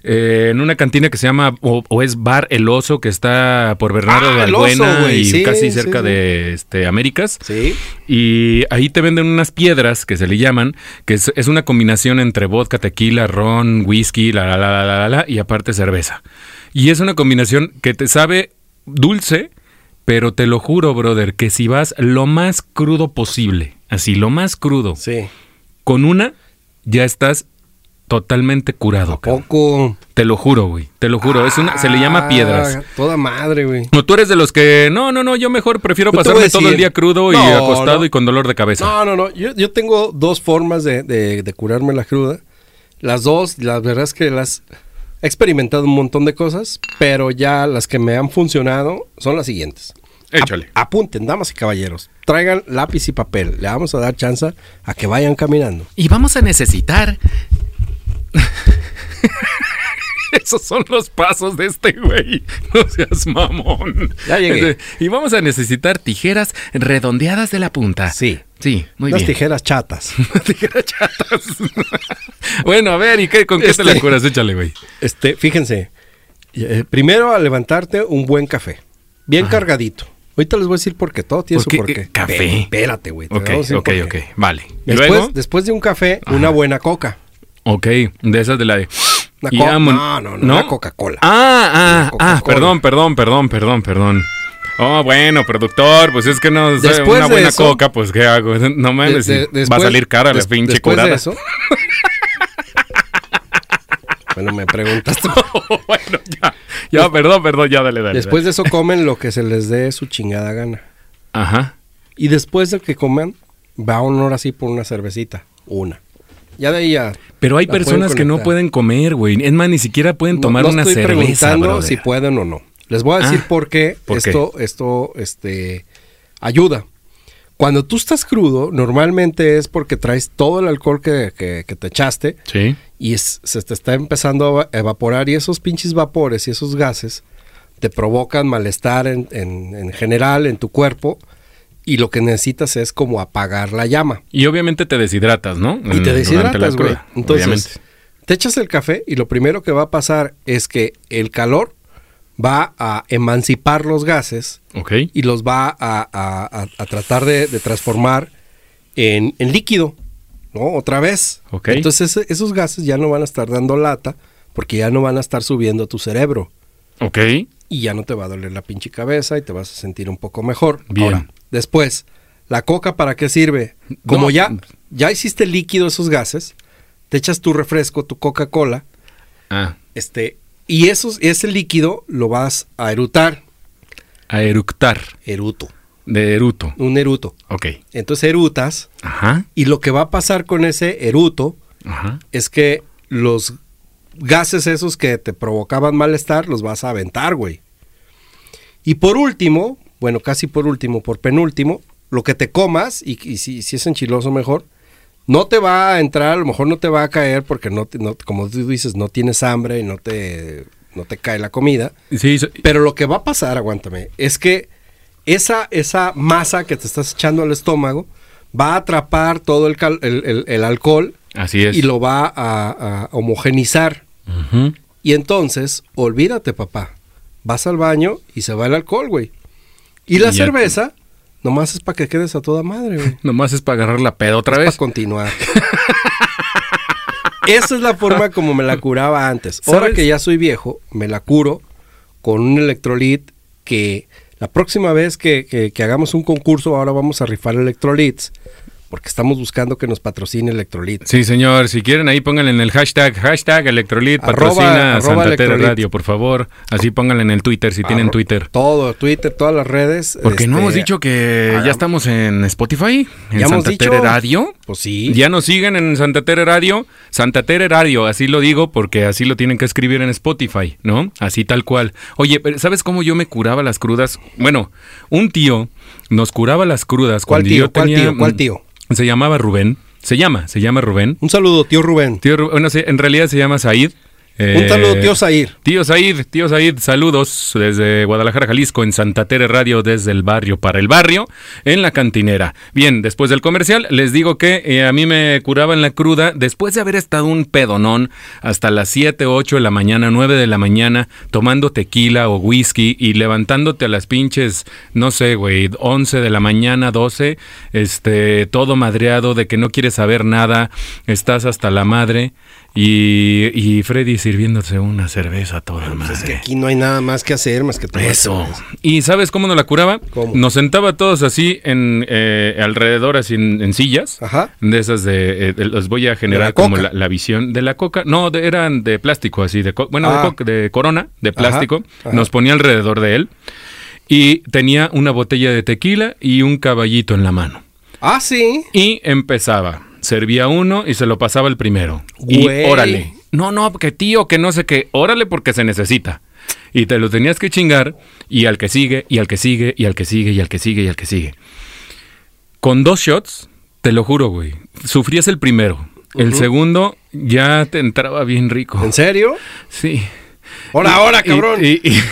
S1: eh, en una cantina que se llama o, o es Bar El Oso que está por Bernardo
S2: Ah,
S1: de
S2: El Oso,
S1: Albuena
S2: güey,
S1: y
S2: sí,
S1: casi
S2: sí,
S1: cerca
S2: sí.
S1: de este, Américas
S2: Sí.
S1: y ahí te venden unas piedras que se le llaman, que es, es una combinación entre vodka, tequila, ron, whisky, la la la la la la, la, y aparte cerveza. Y es una combinación que te sabe dulce, pero te lo juro, brother, que si vas lo más crudo posible, así lo más crudo,
S2: Sí.
S1: con una ya estás totalmente curado. cabrón.
S2: Poco.
S1: Te lo juro, güey. Te lo juro, es una se le llama
S2: Ah,
S1: piedras.
S2: Toda madre, güey.
S1: No, tú eres de los que, no, no, no, yo mejor prefiero
S2: Yo te voy a
S1: pasarme todo el
S2: decir-
S1: día crudo y
S2: No,
S1: acostado
S2: no.
S1: y con dolor de cabeza.
S2: No, no, no. Yo, yo tengo dos formas de, de- de curarme la cruda. Las dos, la verdad es que las he experimentado un montón de cosas, pero ya las que me han funcionado son las siguientes.
S1: Échale.
S2: A- apunten, damas y caballeros. Traigan lápiz y papel. Le vamos a dar chance a que vayan caminando.
S1: Y vamos a necesitar. Esos son los pasos de este güey. No seas mamón. Este,
S2: Ya llegué.
S1: Y vamos a necesitar tijeras redondeadas de la punta.
S2: Sí.
S1: Sí, muy
S2: Unas
S1: bien.
S2: tijeras chatas.
S1: tijeras chatas. bueno, a ver, ¿y qué, con qué
S2: Este-
S1: te la curas? Échale, güey.
S2: Este, fíjense. Eh, primero a levantarte un buen café, bien
S1: Ajá.
S2: cargadito. Ahorita les voy a decir por qué, todo tiene
S1: ¿Por
S2: su
S1: qué?
S2: porqué.
S1: Eh, café.
S2: Ve- Espérate, güey. te
S1: Ok,
S2: voy a decir
S1: ok,
S2: por qué.
S1: ok. Vale.
S2: Después,
S1: Luego,
S2: después de un café, una buena coca.
S1: ok, de esas de la de.
S2: Una
S1: y
S2: co-
S1: vámon-
S2: no, no, no, una Coca-Cola.
S1: Ah, ah,
S2: Una
S1: ah,
S2: Coca-Cola.
S1: perdón, perdón, perdón, perdón, perdón. Oh, bueno, productor, pues es que no sé,
S2: Después
S1: una
S2: de
S1: buena
S2: eso-
S1: coca, pues ¿qué hago? No mames,
S2: De- de-
S1: va a
S2: después-
S1: salir cara la
S2: des-
S1: pinche
S2: después de
S1: curada.
S2: eso- bueno, me preguntaste.
S1: bueno, ya, ya, perdón, perdón, ya dale, dale.
S2: Después de eso comen lo que se les dé su chingada gana.
S1: dale. Ajá.
S2: Y después del que coman, va a honor así por una cervecita. Una. Ya de ahí ya.
S1: Pero hay
S2: la pueden
S1: personas que no
S2: conectar.
S1: pueden comer, güey. Es más, ni siquiera pueden
S2: No-
S1: tomar
S2: no
S1: una
S2: estoy
S1: cerveza,
S2: preguntando
S1: brother.
S2: si pueden o no. Les voy a decir
S1: Ah,
S2: por qué
S1: ¿por qué?
S2: esto, esto, este, ayuda. Cuando tú estás crudo, normalmente es porque traes todo el alcohol que, que- que te echaste
S1: Sí.
S2: y es- se te está empezando a evaporar y esos pinches vapores y esos gases te provocan malestar en, en- en general en tu cuerpo y lo que necesitas es como apagar la llama.
S1: Y obviamente te deshidratas, ¿no?
S2: Y
S1: En-
S2: te
S1: durante la
S2: deshidratas, güey.
S1: cruda,
S2: Entonces,
S1: obviamente.
S2: te echas el café y lo primero que va a pasar es que el calor va a emancipar los gases
S1: Ok.
S2: y los va a, a- a- a tratar de, de transformar en, en líquido, ¿no? Otra vez.
S1: Ok.
S2: Entonces ese- esos gases ya no van a estar dando lata porque ya no van a estar subiendo a tu cerebro
S1: Ok.
S2: y ya no te va a doler la pinche cabeza y te vas a sentir un poco mejor.
S1: Bien.
S2: Ahora, después, ¿la coca para qué sirve? Como
S1: No.
S2: ya, ya hiciste líquido esos gases, te echas tu refresco, tu Coca-Cola,
S1: Ah,
S2: este, y esos, ese líquido lo vas a erutar.
S1: a eructar.
S2: Eruto.
S1: De eruto.
S2: Un eruto.
S1: Ok.
S2: Entonces erutas
S1: Ajá.
S2: y lo que va a pasar con ese eruto
S1: Ajá.
S2: es que los gases esos que te provocaban malestar los vas a aventar, güey. Y por último, bueno, casi por último, por penúltimo, lo que te comas, y, y si, si es enchiloso mejor, no te va a entrar, a lo mejor no te va a caer porque, no, te- no- como tú dices, no tienes hambre y no te, no te cae la comida.
S1: Sí, so-
S2: Pero lo que va a pasar, aguántame, es que esa, esa masa que te estás echando al estómago va a atrapar todo el, cal- el- el- el alcohol
S1: así es.
S2: y lo va a, a homogenizar.
S1: Ujú.
S2: Y entonces, olvídate, papá. Vas al baño y se va el alcohol, güey. Y la
S1: Y ya-
S2: cerveza, nomás es para que quedes a toda madre, güey.
S1: Nomás es para agarrar la peda otra
S2: Para
S1: vez.
S2: continuar. Esa es la forma como me la curaba antes. Ahora
S1: ¿Sabes?
S2: que ya soy viejo, me la curo con un electrolit que la próxima vez que, que- que hagamos un concurso, ahora vamos a rifar electrolits. Porque estamos buscando que nos patrocine electrolit.
S1: Sí, señor. Si quieren, ahí pónganle en el hashtag, hashtag Electrolit,
S2: Arroba-
S1: patrocina
S2: arroba
S1: Santa Tere
S2: Electrolit.
S1: Radio, por favor. Así pónganle en el Twitter, si tienen
S2: Arro-
S1: Twitter.
S2: Ah, Todo, Twitter, todas las redes.
S1: Porque no
S2: este,
S1: hemos dicho que ya estamos en Spotify, en
S2: ya hemos
S1: Santa
S2: dicho.
S1: Tere Radio.
S2: Pues sí.
S1: Ya nos siguen en Santa Tere Radio. Santa Tere Radio, así lo digo porque así lo tienen que escribir en Spotify, ¿no? Así tal cual. Oye, pero ¿sabes cómo yo me curaba las crudas? Bueno, un tío nos curaba las crudas
S2: ¿Cuál
S1: cuando
S2: tío?
S1: yo tenía.
S2: ¿Cuál tío? ¿Cuál tío?
S1: Se llamaba Rubén. Se llama, se llama Rubén.
S2: Un saludo, tío Rubén.
S1: Tío Rubén, bueno, se- en realidad se llama Said. Eh,
S2: Un saludo, tío Zair.
S1: Tío Said, tío Said, saludos desde Guadalajara, Jalisco, en Santa Tere Radio, desde el barrio para el barrio, en la cantinera. Bien, después del comercial, les digo que eh, a mí me curaban la cruda después de haber estado un pedonón hasta las 7, 8 de la mañana, 9 de la mañana, tomando tequila o whisky y levantándote a las pinches, no sé, güey, 11 de la mañana, 12, este, todo madreado, de que no quieres saber nada, estás hasta la madre. Y, y Freddy sirviéndose una cerveza a toda madre.
S2: pues, Aquí no hay nada más que hacer más que todo
S1: Eso. ¿Y sabes cómo nos la curaba?
S2: ¿Cómo?
S1: Nos sentaba todos así en eh, alrededor, así en, en sillas.
S2: Ajá.
S1: De esas de, eh, de- los voy a generar
S2: la
S1: como
S2: coca.
S1: la, la visión de la coca. No, de- eran de plástico así, de co- bueno, de
S2: Ah.
S1: coca- de, corona, de plástico.
S2: ajá.
S1: Nos ponía alrededor de él y tenía una botella de tequila y un caballito en la mano.
S2: Ah, sí.
S1: Y empezaba. Servía uno y se lo pasaba el primero. Y
S2: Güey.
S1: órale. No, no, que tío, que no sé qué. Órale porque se necesita. Y te lo tenías que chingar. Y al que sigue, y al que sigue, y al que sigue, y al que sigue, y al que sigue. Con dos shots, te lo juro, güey. Sufrías el primero. El segundo ya te entraba bien rico.
S2: ¿En serio?
S1: Sí.
S2: Ahora,
S1: Y-
S2: ahora,
S1: y-
S2: cabrón.
S1: y- y-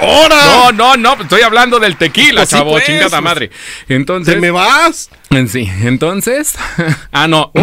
S1: ¡Ahora! No, no, no, estoy hablando del tequila,
S2: Pues sí,
S1: chavo,
S2: pues.
S1: chingada madre. Entonces,
S2: ¿Te me vas?
S1: Sí, entonces. ah, no.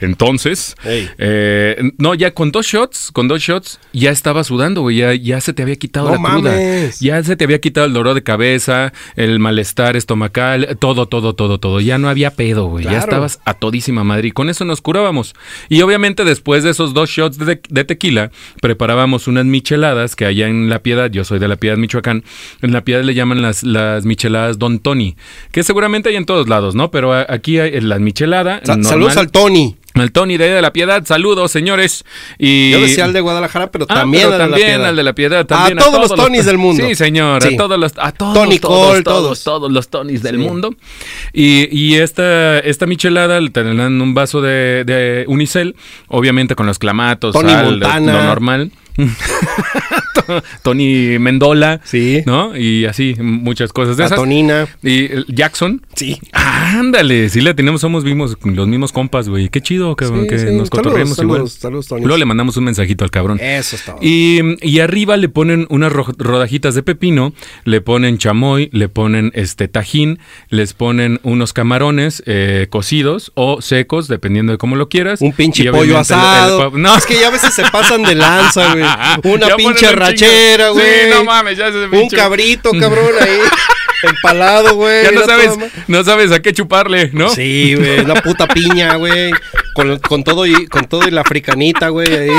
S1: Entonces,
S2: Ey.
S1: eh, no, ya con dos shots, con dos shots, ya estaba sudando, güey. Ya, ya se te había quitado
S2: No
S1: la cruda.
S2: mames.
S1: Ya se te había quitado el dolor de cabeza, el malestar estomacal, todo, todo, todo, todo. Ya no había pedo, güey. Ya
S2: Claro.
S1: estabas a todísima madre y con eso nos curábamos. Y obviamente después de esos dos shots de, de tequila, preparábamos unas micheladas que allá en La Piedad, yo soy de La Piedad, Michoacán, en La Piedad le llaman las, las micheladas Don Tony, que seguramente hay en todos lados, ¿no? Pero a- aquí hay la michelada.
S2: Sa-
S1: normal.
S2: saludos al Tony.
S1: Al Tony de, ahí de La Piedad, saludos, señores. Y...
S2: Yo decía al de Guadalajara, pero
S1: Ah,
S2: también,
S1: pero
S2: al,
S1: también
S2: de la Piedad.
S1: al de la piedad. también
S2: a, todos los Tonys del mundo.
S1: Sí, señor.
S2: Sí.
S1: A todos los, a todos,
S2: Tony
S1: todos,
S2: Cole,
S1: todos,
S2: todos.
S1: todos los Tonys del mundo. Y, y esta, esta michelada le tendrán un vaso de, de unicel, obviamente con los clamatos,
S2: Tony
S1: sal,
S2: Montana.
S1: lo normal. Tony Mendola,
S2: Sí.
S1: ¿no? Y así muchas cosas de
S2: A
S1: esas.
S2: Tonina.
S1: Y eh, Jackson.
S2: Sí.
S1: Ándale, sí la tenemos, somos vimos los mismos compas, güey. Qué chido, cabrón,
S2: Sí,
S1: que
S2: sí,
S1: nos
S2: saludos,
S1: cotorreamos igual.
S2: saludos, saludos, Tony.
S1: Luego le mandamos un mensajito al cabrón.
S2: Eso es todo.
S1: Y, y arriba le ponen unas ro- rodajitas de pepino, le ponen chamoy, le ponen este tajín, les ponen unos camarones eh, cocidos o secos, dependiendo de cómo lo quieras.
S2: un
S1: Y
S2: pinche pollo
S1: obviamente el- el
S2: asado.
S1: pa- no.
S2: Es que ya a veces se pasan de lanza, güey.
S1: Ya
S2: Una
S1: ponen
S2: pinche
S1: un
S2: rachera,
S1: chingo.
S2: güey.
S1: Sí, no mames, ya se
S2: Un cabrito, cabrón, ahí. empalado, güey.
S1: Ya no
S2: la toda
S1: sabes,
S2: ma-
S1: no sabes a qué chuparle, ¿no?
S2: Sí, güey, una puta piña, güey. Con, con todo y con todo y la africanita, güey, ahí.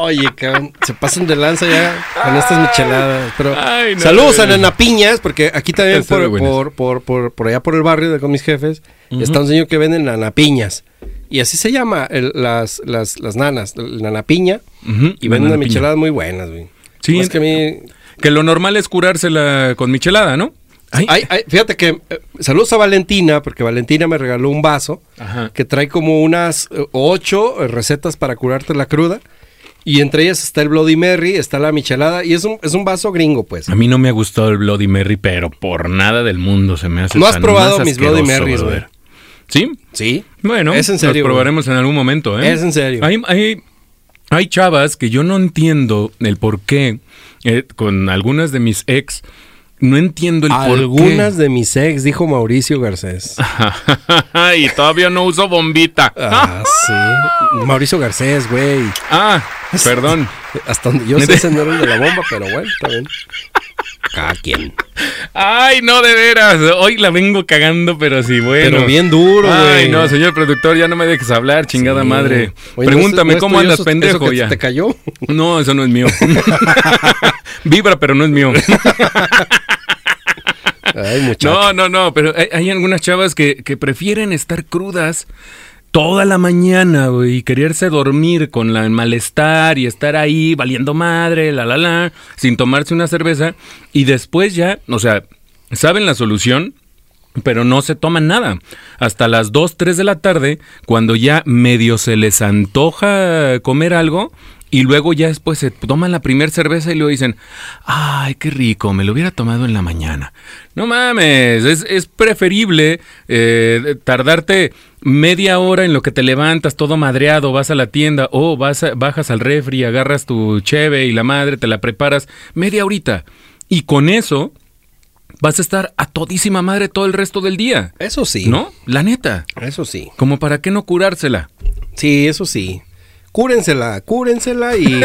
S2: Oye, cabrón, se pasan de lanza ya con estas micheladas. Pero
S1: Ay, no,
S2: saludos a
S1: güey.
S2: Nana Piñas, porque aquí también
S1: Están
S2: por,
S1: muy buenas.
S2: por, por, por, por allá por el barrio de con mis jefes está un señor que vende nanapiñas. Y así se llama el- las, las, las nanas, el nanapiña.
S1: Ujú,
S2: Y venden
S1: nanapiña.
S2: unas micheladas muy buenas, güey.
S1: Sí.
S2: Más que a mí
S1: Que lo normal es curársela con michelada, ¿no? Ay,
S2: Ay, ay, fíjate que eh, saludos a Valentina, porque Valentina me regaló un vaso
S1: Ajá.
S2: que trae como unas eh, ocho eh, recetas para curarte la cruda. Y entre ellas está el Bloody Mary, está la michelada, y es un, es un vaso gringo, pues.
S1: A mí no me ha gustado el Bloody Mary, pero por nada del mundo se me hace.
S2: ¿No has
S1: tan
S2: probado
S1: más
S2: mis Bloody
S1: asqueroso,
S2: Marys,
S1: brother.
S2: güey?
S1: ¿Sí?
S2: Sí.
S1: Bueno,
S2: Es en serio,
S1: los
S2: güey.
S1: probaremos en algún momento, ¿eh?
S2: Es en serio.
S1: Hay, hay, hay chavas que yo no entiendo el por qué, eh, con algunas de mis ex, no entiendo el
S2: Algunas
S1: por
S2: de mis ex, dijo Mauricio Garcés.
S1: qué. y todavía no uso bombita.
S2: Ah, sí. Mauricio Garcés, güey.
S1: Ah, perdón.
S2: Hasta donde yo sé, ese no era el de la bomba, pero bueno, está bien. Cada quien.
S1: Ay, no, de veras. Hoy la vengo cagando, pero sí, bueno.
S2: Pero bien duro,
S1: Ay,
S2: güey.
S1: no, señor productor, ya no me dejes hablar, chingada
S2: Sí.
S1: madre.
S2: Oye, ¿no
S1: Pregúntame
S2: es- no es
S1: cómo
S2: tuyo
S1: andas,
S2: eso-
S1: pendejo,
S2: eso que
S1: ya.
S2: ¿Te cayó?
S1: No, eso no es mío. Vibra, pero no es mío.
S2: Ay, muchacho.
S1: No, no, no, pero hay, hay algunas chavas que, que prefieren estar crudas toda la mañana, güey, y quererse dormir con la, el malestar y estar ahí valiendo madre, la, la, la, sin tomarse una cerveza, y después ya, o sea, saben la solución. Pero no se toman nada. Hasta las 2, 3 de la tarde, cuando ya medio se les antoja comer algo, y luego ya después se toman la primer cerveza y luego dicen, ay, qué rico, me lo hubiera tomado en la mañana. No mames, es, es preferible eh, tardarte media hora en lo que te levantas todo madreado, vas a la tienda o vas a- bajas al refri, agarras tu cheve y la madre, te la preparas media horita. Y con eso vas a estar a todísima madre todo el resto del día.
S2: Eso sí.
S1: ¿No? La neta.
S2: Eso sí.
S1: Como para qué no curársela.
S2: Sí, eso sí. Cúrensela, cúrensela y,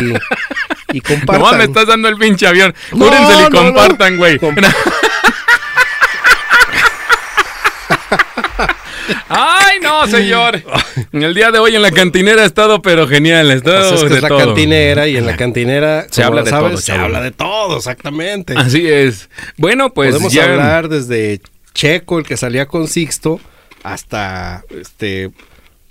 S2: y compartan.
S1: No, me estás dando el pinche avión.
S2: No,
S1: Cúrense y
S2: no, no.
S1: compartan, güey.
S2: Com-
S1: Ay, no, señor. El día de hoy en la cantinera ha estado, pero genial. Ha estado
S2: Pues es que
S1: de
S2: es la
S1: todo.
S2: cantinera y en la cantinera
S1: Se
S2: como
S1: habla de
S2: sabes,
S1: todo,
S2: Se
S1: chavo.
S2: habla de todo, exactamente.
S1: Así es. Bueno, pues
S2: Podemos
S1: ya.
S2: hablar desde Checo, el que salía con Sixto, hasta este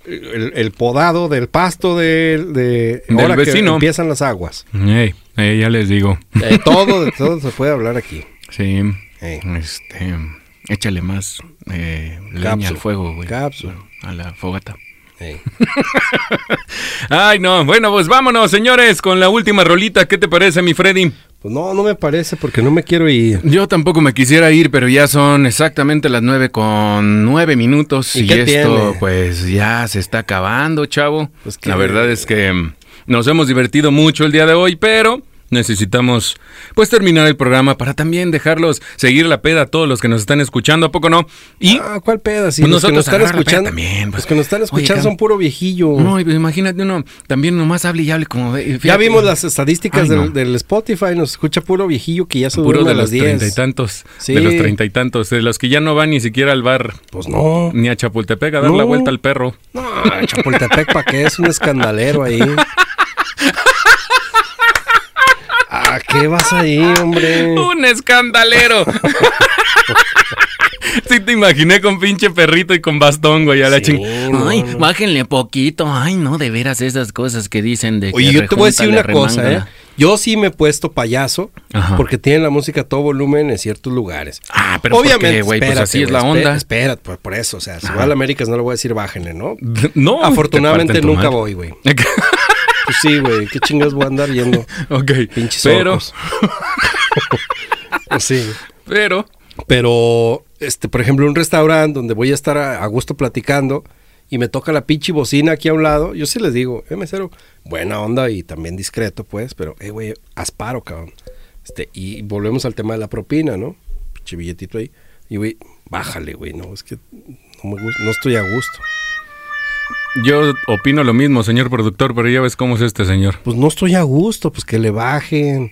S2: el, el podado del pasto del de,
S1: Del
S2: ahora que
S1: vecino.
S2: empiezan las aguas.
S1: Ey, ey, ya les digo.
S2: De todo, de todo se puede hablar aquí.
S1: Sí.
S2: Ey.
S1: Este, échale más eh, leña al
S2: Cápsula.
S1: fuego, güey.
S2: Cápsula.
S1: A la fogata.
S2: Ey.
S1: Ay, no. Bueno, pues vámonos, señores, con la última rolita. ¿Qué te parece, mi Freddy?
S2: Pues no, no me parece porque no me quiero ir.
S1: Yo tampoco me quisiera ir, pero ya son exactamente las nueve con nueve minutos
S2: ¿Y
S1: y,
S2: qué
S1: esto
S2: tiene?
S1: pues ya se está acabando, chavo.
S2: Pues que-
S1: La verdad es que mm, nos hemos divertido mucho el día de hoy, pero Necesitamos, pues, terminar el programa para también dejarlos seguir la peda a todos los que nos están escuchando, ¿a poco no? Y
S2: Ah, ¿cuál peda? Si
S1: Pues
S2: los que
S1: nosotros
S2: nos están
S1: agarra la peda
S2: escuchando,
S1: también, pues.
S2: los que nos están
S1: Oye,
S2: escuchando
S1: cabrón.
S2: son puro viejillo.
S1: No, y pues imagínate uno también nomás hable y hable como de-
S2: ya
S1: fíjate.
S2: vimos las estadísticas
S1: Ay,
S2: del,
S1: no.
S2: del Spotify, nos escucha puro viejillo que ya se
S1: Puro
S2: duerme
S1: de
S2: a las
S1: los treinta y
S2: 10.
S1: tantos.
S2: Sí.
S1: De los treinta y tantos. De los que ya no van ni siquiera al bar.
S2: Pues no.
S1: Ni a Chapultepec a dar
S2: No.
S1: la vuelta al perro.
S2: No, Chapultepec, ¿para qué? Es un escandalero ahí. ¿A qué vas ahí, hombre?
S1: ¡Un escandalero! sí te imaginé con pinche perrito y con bastón, güey, a la ching-
S2: no,
S6: Ay,
S2: no.
S6: bájenle poquito. Ay, no, de veras esas cosas que dicen de
S2: Oye,
S6: que
S2: yo te voy a decir una
S6: rejúntale,
S2: cosa, ¿eh?
S6: remángala.
S2: Yo sí me he puesto payaso
S1: Ajá.
S2: porque tienen la música a todo volumen en ciertos lugares.
S1: Ah, pero ¿por qué, güey? Pues así es la
S2: güey,
S1: onda.
S2: espé- Espérate, pues por eso, o sea, si va a la América no le voy a decir bájenle, ¿no?
S1: No.
S2: Afortunadamente
S1: te parten tu
S2: nunca
S1: madre.
S2: voy, güey. Pues sí, güey, qué chingas voy a andar yendo.
S1: ok.
S2: Pinches
S1: pero,
S2: orcos. sí.
S1: pero,
S2: Pero, este, por ejemplo, un restaurante donde voy a estar a, a gusto platicando y me toca la pinche bocina aquí a un lado, yo sí les digo, eh, mesero, buena onda y también discreto, pues, pero, eh, güey, asparo, cabrón. Este, y volvemos al tema de la propina, ¿no? Pinche billetito ahí. Y, güey, bájale, güey, no, es que no me gusta, no estoy a gusto.
S1: yo opino lo mismo, señor productor, pero ya ves cómo es este señor.
S2: Pues no estoy a gusto, pues que le bajen.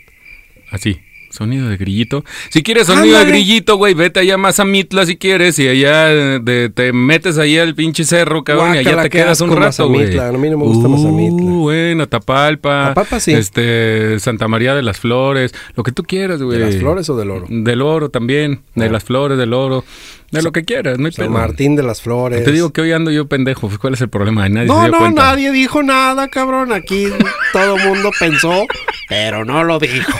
S1: Así. Sonido de grillito. Si quieres sonido de grillito, güey, vete allá más a Mitla si quieres. Y allá eh, de- te metes ahí al pinche cerro, cabrón. y allá
S2: Guácala,
S1: te
S2: qué
S1: quedas un
S2: asco
S1: rato, güey.
S2: Mazamitla, a mí no me gusta Mazamitla.
S1: Uh, bueno, Tapalpa.
S2: Tapalpa sí.
S1: Este, Santa María de las Flores. Lo que tú quieras, güey.
S2: ¿De las flores o del oro? Ah.
S1: Del oro también. De las flores, del oro. De lo que quieras, no hay
S2: San
S1: pedo.
S2: Martín de las Flores.
S1: Te digo que hoy ando yo pendejo. pues, ¿Cuál es el problema? Nadie se
S2: No,
S1: dio
S2: no,
S1: cuenta.
S2: nadie dijo nada, cabrón. Aquí todo el mundo pensó, pero no lo dijo.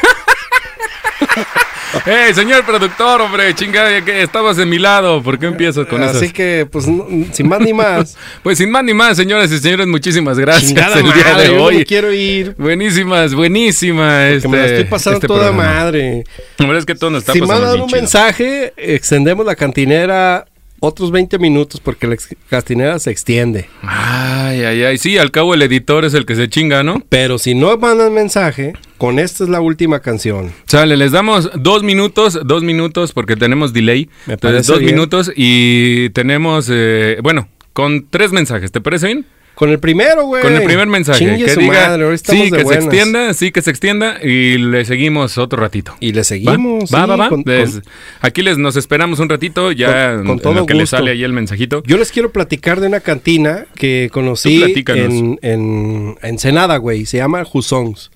S1: ¡Ey, ¡Eh, señor productor, hombre! Chingada, que estabas de mi lado. ¿Por
S2: Ah,
S1: qué empiezas con eso?
S2: Así que, pues, no- sin más ni más.
S1: Pues sin más ni más, señoras y señores, muchísimas gracias
S2: Chingada
S1: el día
S2: madre,
S1: de
S2: yo me
S1: hoy.
S2: quiero ir.
S1: Buenísimas, buenísima.
S2: Que
S1: Este,
S2: me la estoy pasando
S1: este
S2: toda
S1: programa.
S2: madre.
S1: La verdad es que todo nos está
S2: Si me han
S1: pasando
S2: dado
S1: bien
S2: un
S1: chido.
S2: mensaje, extendemos la cantinera otros 20 minutos porque la ex- cantinera se extiende.
S1: Ay, ay, ay. Sí, al cabo el editor es el que se chinga, ¿no?
S2: Pero si no mandan mensaje, con esta es la última canción.
S1: Sale, les damos dos minutos, dos minutos, porque tenemos delay.
S2: Me
S1: Entonces,
S2: parece
S1: dos
S2: bien.
S1: minutos y tenemos, eh, bueno, con tres mensajes. ¿Te parece bien?
S2: Con el primero, güey.
S1: Con el primer mensaje.
S2: Chingue
S1: que
S2: su
S1: diga,
S2: madre, ahora estamos
S1: sí,
S2: de
S1: que se
S2: buenas.
S1: extienda, sí, que se extienda y le seguimos otro ratito.
S2: Y le
S1: ¿Va?
S2: seguimos.
S1: va,
S2: sí,
S1: va, va.
S2: con-
S1: Les-
S2: con-
S1: aquí les nos esperamos un ratito, ya
S2: Con- con
S1: en- en
S2: todo
S1: lo que les
S2: gusto.
S1: sale ahí el mensajito.
S2: Yo les quiero platicar de una cantina que
S1: Tú
S2: conocí
S1: platícanos.
S2: en, en Ensenada, güey. Se llama Jusongs.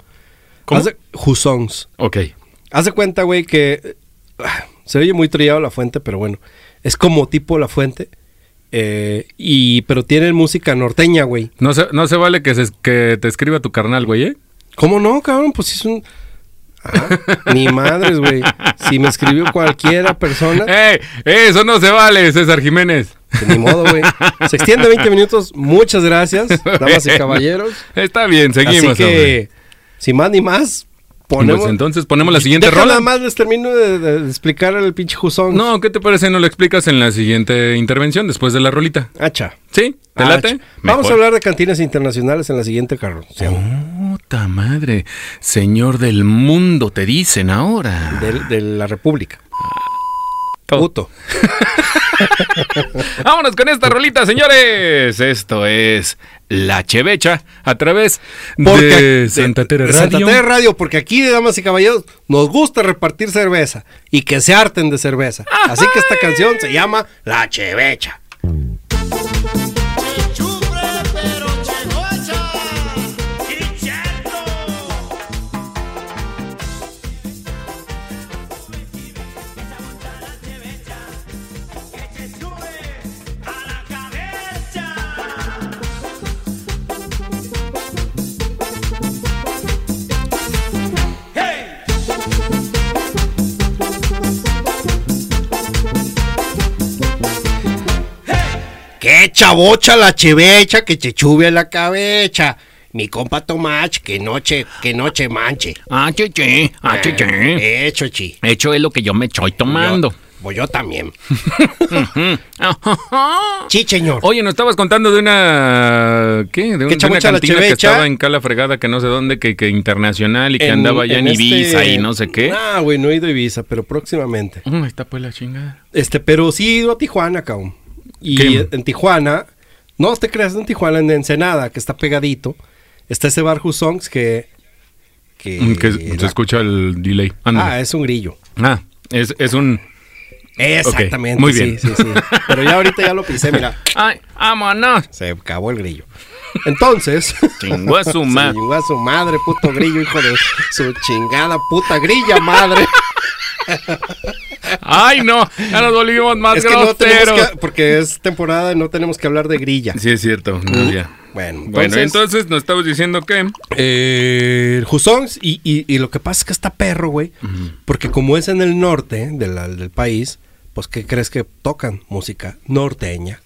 S1: ¿Cómo?
S2: Haz de, Jusongs.
S1: Ok.
S2: Haz de cuenta, güey, que eh, ah, se oye muy trillado la fuente, pero bueno. Es como tipo la fuente. eh, y pero tienen música norteña, güey.
S1: No se, no se vale que, se- que te escriba tu carnal, güey, ¿eh?
S2: ¿Cómo no, cabrón? Pues es un... Ah, ni madres, güey. Si me escribió cualquiera persona...
S1: ¡Ey! Eso no se vale, César Jiménez.
S2: Pues ni modo, güey. Se extiende 20 minutos. Muchas gracias, damas y
S1: Bueno,
S2: caballeros.
S1: Está bien, seguimos.
S2: Así
S1: hombre.
S2: que, sin más ni más, ponemos.
S1: Pues entonces ponemos la siguiente
S2: Deja
S1: rola.
S2: Nada más les termino de, de explicar el pinche Jusón.
S1: No, ¿qué te parece? No lo explicas en la siguiente intervención después de la rolita.
S2: Hacha.
S1: ¿Sí? ¿Te
S2: Hacha.
S1: late?
S2: Ah, Vamos
S1: Mejor. Ah.
S2: a hablar de cantinas internacionales en la siguiente carro. o sea,
S6: Puta madre. Señor del mundo, te dicen ahora.
S2: del- de, la República.
S1: Todo.
S2: Puto.
S1: Vámonos con esta rolita, señores. Esto es La Chevecha a través de Santa Terra
S2: de
S1: Radio.
S2: Santa Tere Radio, porque aquí, damas y caballeros, nos gusta repartir cerveza y que se harten de cerveza. Así que esta canción se llama La Chevecha. ¡Qué chabocha la chevecha que te chuve a la cabecha! Mi compa Tomach, que noche, que noche manche.
S6: Ah, cheche, ah, cheche.
S2: Eh, chochi.
S6: Hecho es lo que yo me estoy tomando.
S2: Pues yo también. Sí, señor.
S1: Oye, nos estabas contando de una. ¿Qué? De, un-
S2: Que
S1: de una
S2: chamucha la
S1: cantina que
S2: chevecha.
S1: estaba en Cala Fregada, que no sé dónde, que, que internacional y que andaba allá en,
S2: este-
S1: Ibiza y no sé qué.
S2: Ah, güey, no he ido a Ibiza, pero próximamente.
S1: Mm, ahí está pues la chingada.
S2: Este, pero sí he ido a Tijuana, cabrón. Y
S1: ¿Qué?
S2: en Tijuana, no te creas en Tijuana, en Ensenada, que está pegadito, está ese bar Husongs que. Que,
S1: Mm, que se
S2: Eh, la-
S1: se escucha el delay.
S2: Ah, eh.
S1: Ándale.
S2: es un grillo.
S1: Ah, es, es un.
S2: Exactamente.
S1: muy
S2: sí,
S1: bien.
S2: sí, sí. Pero ya ahorita ya lo pisé, mira.
S1: ¡Ay, vámonos!
S2: Se acabó el grillo. Entonces.
S1: Chingó a su ma-
S2: Se chingó a su madre, puto grillo, hijo de su chingada puta grilla, madre.
S1: ¡Ay, no! Ya nos volvimos más
S2: es que no
S1: groseros.
S2: tenemos que, porque es temporada y no tenemos que hablar de grilla.
S1: Sí, es cierto. no, ya.
S2: Bueno,
S1: bueno,
S2: entonces,
S1: entonces nos estabas diciendo que.
S2: eh, Husongs, y, y- y lo que pasa es que está perro, güey, porque como es en el norte de la- del país, pues ¿qué crees que tocan? Música norteña.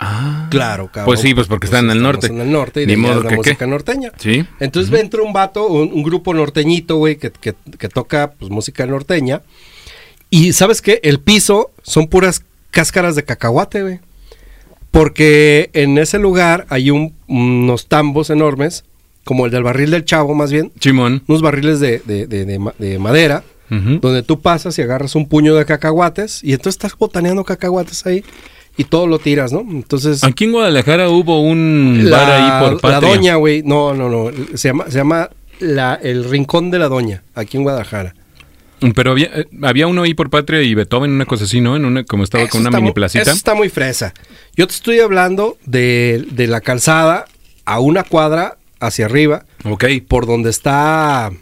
S1: Ah.
S2: Claro, cabrón.
S1: Pues sí, pues porque están en el
S2: estamos
S1: norte.
S2: En el norte y
S1: Ni
S2: de allá
S1: modo
S2: es la
S1: que
S2: música
S1: qué.
S2: norteña.
S1: Sí.
S2: Entonces entra un vato, un, un grupo norteñito, güey, que, que- que toca pues, música norteña. Y sabes qué? El piso son puras cáscaras de cacahuate, güey. Porque en ese lugar hay un- unos tambos enormes, como el del barril del chavo, más bien.
S1: Chimón.
S2: Unos barriles de, de- de- de ma- de madera,
S1: Ujú.
S2: donde tú pasas y agarras un puño de cacahuates. Y entonces estás botaneando cacahuates ahí y todo lo tiras, ¿no? Entonces.
S1: Aquí en Guadalajara hubo un bar Mm, ahí por
S2: la
S1: Patria.
S2: doña, güey. No, no, no. Se llama, se llama la, el Rincón de la Doña, aquí en Guadalajara.
S1: Pero había, eh, había uno ahí por Patria y Beethoven, una cosa así, ¿no? En una, como estaba
S2: Eso
S1: con una
S2: está
S1: mini
S2: mu-
S1: placita.
S2: Eso está muy fresa. Yo te estoy hablando de, de la calzada a una cuadra hacia arriba,
S1: Ok.
S2: por donde está.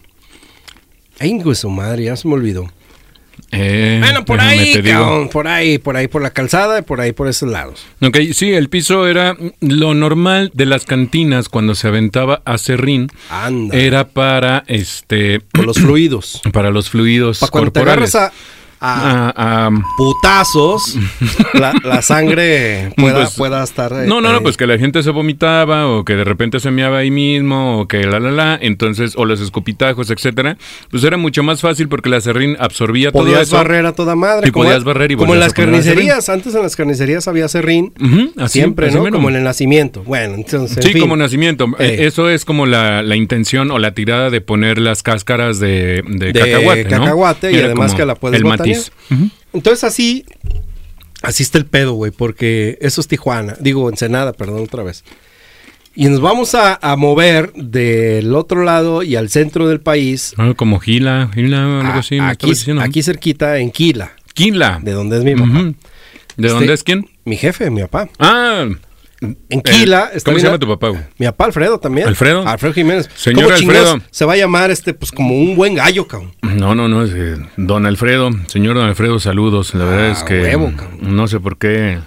S2: Ay, güey, su madre, ya se me olvidó.
S1: Eh,
S2: Bueno, por
S1: déjame
S2: ahí,
S1: te digo.
S2: cabrón, por ahí, por ahí, por la calzada y por ahí, por esos lados.
S1: Ok, sí, el piso era lo normal de las cantinas cuando se aventaba a serrín.
S2: Anda.
S1: Era para este
S2: Con los fluidos.
S1: para los fluidos
S2: Para cuando te
S1: corporales.
S2: agarras a- a
S1: Ah, ah,
S2: putazos, la, la sangre pueda,
S1: Pues,
S2: pueda estar. eh,
S1: No, no, no,
S2: eh,
S1: pues que la gente se vomitaba o que de repente se meaba ahí mismo o que la la la, entonces o los escupitajos, etcétera. Pues era mucho más fácil porque la serrín absorbía todo
S2: Podías
S1: eso.
S2: barrer a toda madre.
S1: Y podías barrer y
S2: Como en
S1: volvías
S2: las
S1: a poner el
S2: carnicerías. Antes en las carnicerías había serrín.
S1: Ujú, así,
S2: siempre,
S1: así
S2: ¿no?
S1: mero.
S2: Como en el nacimiento. Bueno, entonces. en
S1: Sí,
S2: fin.
S1: como nacimiento. Eh,
S2: Eh.
S1: Eso es como la, la intención o la tirada de poner las cáscaras de, de
S2: de
S1: cacahuate. ¿no?
S2: cacahuate, y
S1: Era
S2: además
S1: como
S2: que la puedes
S1: El
S2: botanear.
S1: matiz. Ujú.
S2: Entonces así. Así está el pedo, güey, porque eso es Tijuana. Digo, Ensenada, perdón, otra vez. Y nos vamos a, a mover del otro lado y al centro del país.
S1: Ah, como Gila, Gila, algo
S2: a-
S1: así. me
S2: Ah, aquí,
S1: estabas diciendo.
S2: aquí cerquita, en Quila,
S1: Gila.
S2: de donde es mi papá.
S1: Ujú. ¿De dónde
S2: Este-
S1: es quién?
S2: Mi jefe, mi papá.
S1: Ah,
S2: En Quila.
S1: eh,
S2: está
S1: ¿Cómo se
S2: bien-
S1: llama tu papá? güey?
S2: Mi papá Alfredo también.
S1: ¿Alfredo?
S2: Alfredo Jiménez.
S1: Señor
S2: ¿Cómo chingados
S1: Alfredo.
S2: Se va a llamar este, pues como un buen gallo, cabrón.
S1: No, no, no, es, eh, don Alfredo, señor don Alfredo, saludos. La verdad
S2: Ah,
S1: es que
S2: huevo, cabrón.
S1: no sé por qué.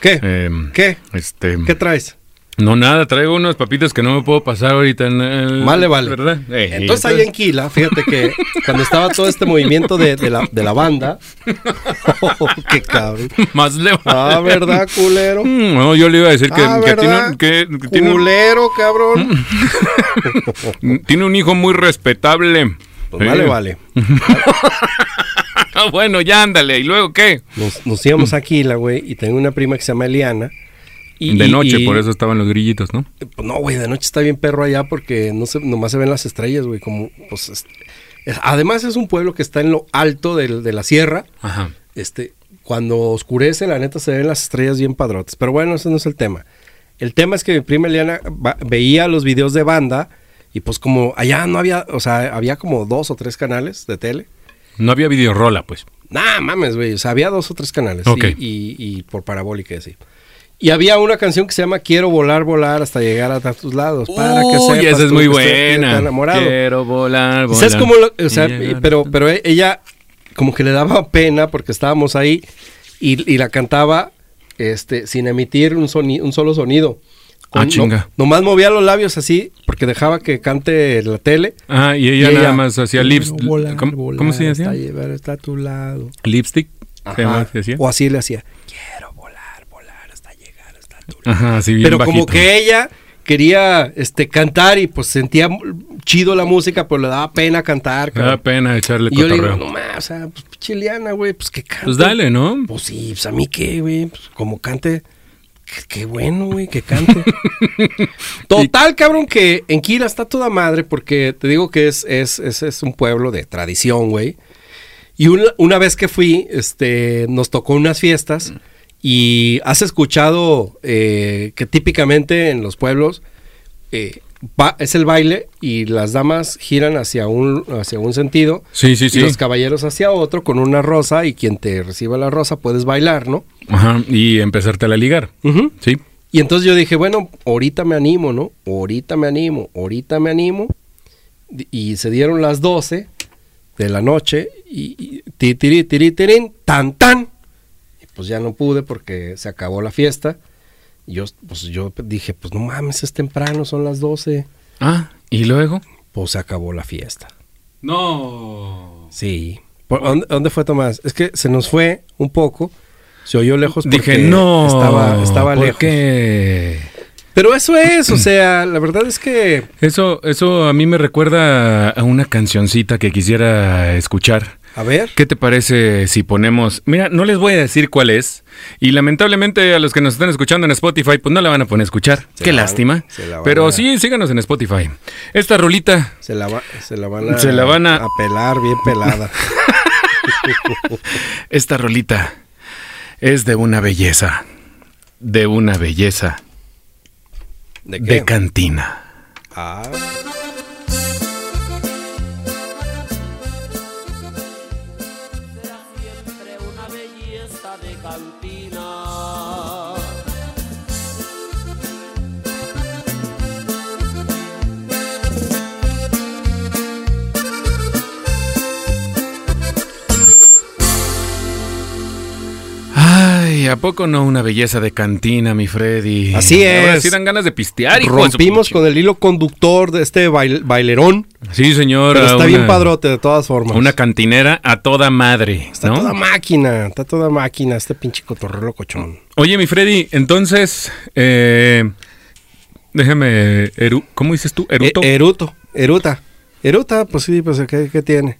S2: ¿Qué?
S1: eh,
S2: ¿Qué?
S1: Este,
S2: ¿Qué traes?
S1: no nada, traigo unas papitas que no me puedo pasar ahorita. En el-
S2: Vale, vale.
S1: ¿Verdad? Eh,
S2: entonces ahí en Quila, fíjate que cuando estaba todo este movimiento de, de la, de la banda. oh, qué cabrón.
S1: Más le vale.
S2: Ah, ¿verdad, culero?
S1: Mm, No, yo le iba a decir que,
S2: ah,
S1: que tiene,
S2: ¿verdad?
S1: un- que- que tiene un,
S2: Culero, cabrón.
S1: tiene un hijo muy respetable.
S2: Pues vale,
S1: Sí.
S2: vale.
S1: Ah, bueno, ya ándale. ¿Y luego qué?
S2: Nos, nos íbamos a Quila, güey, y tengo una prima que se llama Eliana. y-
S1: de
S2: y-
S1: noche,
S2: y-
S1: por eso estaban los grillitos, ¿no?
S2: Eh, pues, no, güey, de noche está bien perro allá porque no se, nomás se ven las estrellas, güey. Como, pues, es- es- además es un pueblo que está en lo alto del- de la sierra.
S1: Ajá.
S2: Este, cuando oscurece, la neta se ven las estrellas bien padrotes. Pero bueno, ese no es el tema. El tema es que mi prima Eliana va- veía los videos de banda y pues como allá no había, o sea, había como dos o tres canales de tele.
S1: No había videorola, pues.
S2: Nah, mames, güey. O sea, había dos o tres canales.
S1: Ok.
S2: Y, y- y por parabólica y así. Y había una canción que se llama Quiero volar, volar hasta llegar a tus lados. Para que
S1: Uy,
S2: sepas
S1: esa es
S2: tú
S1: muy
S2: que estoy aquí,
S1: buena.
S2: tan enamorado.
S1: Quiero volar, volar.
S2: ¿Sabes cómo lo- o sea,
S1: Y llegar
S2: pero,
S1: hasta-
S2: pero e- ella como que le daba pena porque estábamos ahí y, y la cantaba este, sin emitir un, soni- un solo sonido.
S1: Ah, chinga.
S2: no- nomás movía los labios así porque dejaba que cante la tele.
S1: Ah, y ella
S2: Y
S1: nada
S2: ella,
S1: más hacía
S2: "Quiero
S1: lips.
S2: volar,
S1: ¿Cómo, cómo
S2: volar
S1: se
S2: hasta
S1: hacía?
S2: llegar hasta a tu lado.
S1: Lipstick. se
S2: Ajá.
S1: llamaba, se hacía.
S2: O así le hacía. Quiero volar, volar hasta llegar hasta tu
S1: Ajá, así bien
S2: Pero como
S1: bajito.
S2: que ella quería este, cantar y pues sentía chido la música, pero le daba pena cantar.
S1: Me da
S2: cabrón.
S1: pena echarle
S2: y yo le digo,
S1: Ah, cotorreo.
S2: no más, o sea, pues chileana, güey, pues que cante.
S1: pues dale, ¿no?
S2: Pues sí, pues a mí qué, güey, pues como cante. Qué, qué bueno, güey, que cante. Total, cabrón, que en Quila está toda madre porque te digo que es, es, es, es un pueblo de tradición, güey. Y una, una vez que fui, este, nos tocó unas
S1: Mm.
S2: fiestas y has escuchado eh, que típicamente en los pueblos eh, ba- es el baile y las damas giran hacia un, hacia un sentido
S1: Sí, sí,
S2: y
S1: sí.
S2: los caballeros hacia otro con una rosa y quien te reciba la rosa puedes bailar, ¿no?
S1: Ajá, y empezártela a ligar.
S2: Ujú.
S1: Sí.
S2: Y entonces yo dije, bueno, ahorita me animo, ¿no? Ahorita me animo, ahorita me animo. D- Y se dieron las 12 de la noche y, y ti, tiri, tiri, tirín, tan, tan. Y pues ya no pude porque se acabó la fiesta. Y Yo, pues yo dije, pues no mames, es temprano, son las 12.
S1: Ah, y luego.
S2: Pues se acabó la fiesta.
S1: No.
S2: Sí. ¿Por- ¿Dónde, dónde fue Tomás? Es que se nos fue un poco. Se oyó lejos Pues porque
S1: Dije, no.
S2: estaba, estaba
S1: ¿por
S2: lejos.
S1: qué?
S2: Pero eso es, o sea, la verdad es que
S1: Eso, eso a mí me recuerda a una cancioncita que quisiera escuchar.
S2: A ver.
S1: ¿Qué te parece si ponemos? Mira, no les voy a decir cuál es. Y lamentablemente a los que nos están escuchando en Spotify, pues no la van a poner a escuchar.
S2: Se
S1: Qué
S2: la van-
S1: lástima.
S2: se la van
S1: Pero
S2: a-
S1: sí, síganos en Spotify. Esta rolita.
S2: Se la, va- se la van a...
S1: Se la van a-
S2: pelar bien pelada.
S1: Esta rolita es de una belleza. De una belleza.
S2: ¿De
S1: De cantina.
S2: Ah.
S5: será siempre una belleza de cantina.
S1: Ay, ¿a poco no una belleza de cantina, mi Freddy?
S2: Así
S1: Ahora
S2: es.
S1: sí dan ganas de pistear, hijo de su
S2: Rompimos
S1: pinche-
S2: con el hilo conductor de este bail- bailerón.
S1: Sí, señor.
S2: Pero
S1: a
S2: está
S1: una-
S2: bien padrote, de todas formas.
S1: Una cantinera a toda madre,
S2: está
S1: ¿no?
S2: toda máquina, está toda máquina este pinche cotorrelo cochón.
S1: Oye, mi Freddy, entonces, eh, déjame, eru- ¿cómo dices tú? Ah, Eruto.
S2: Eh, eruto. Eruta. Eruta, pues sí, pues ¿qué, qué tiene?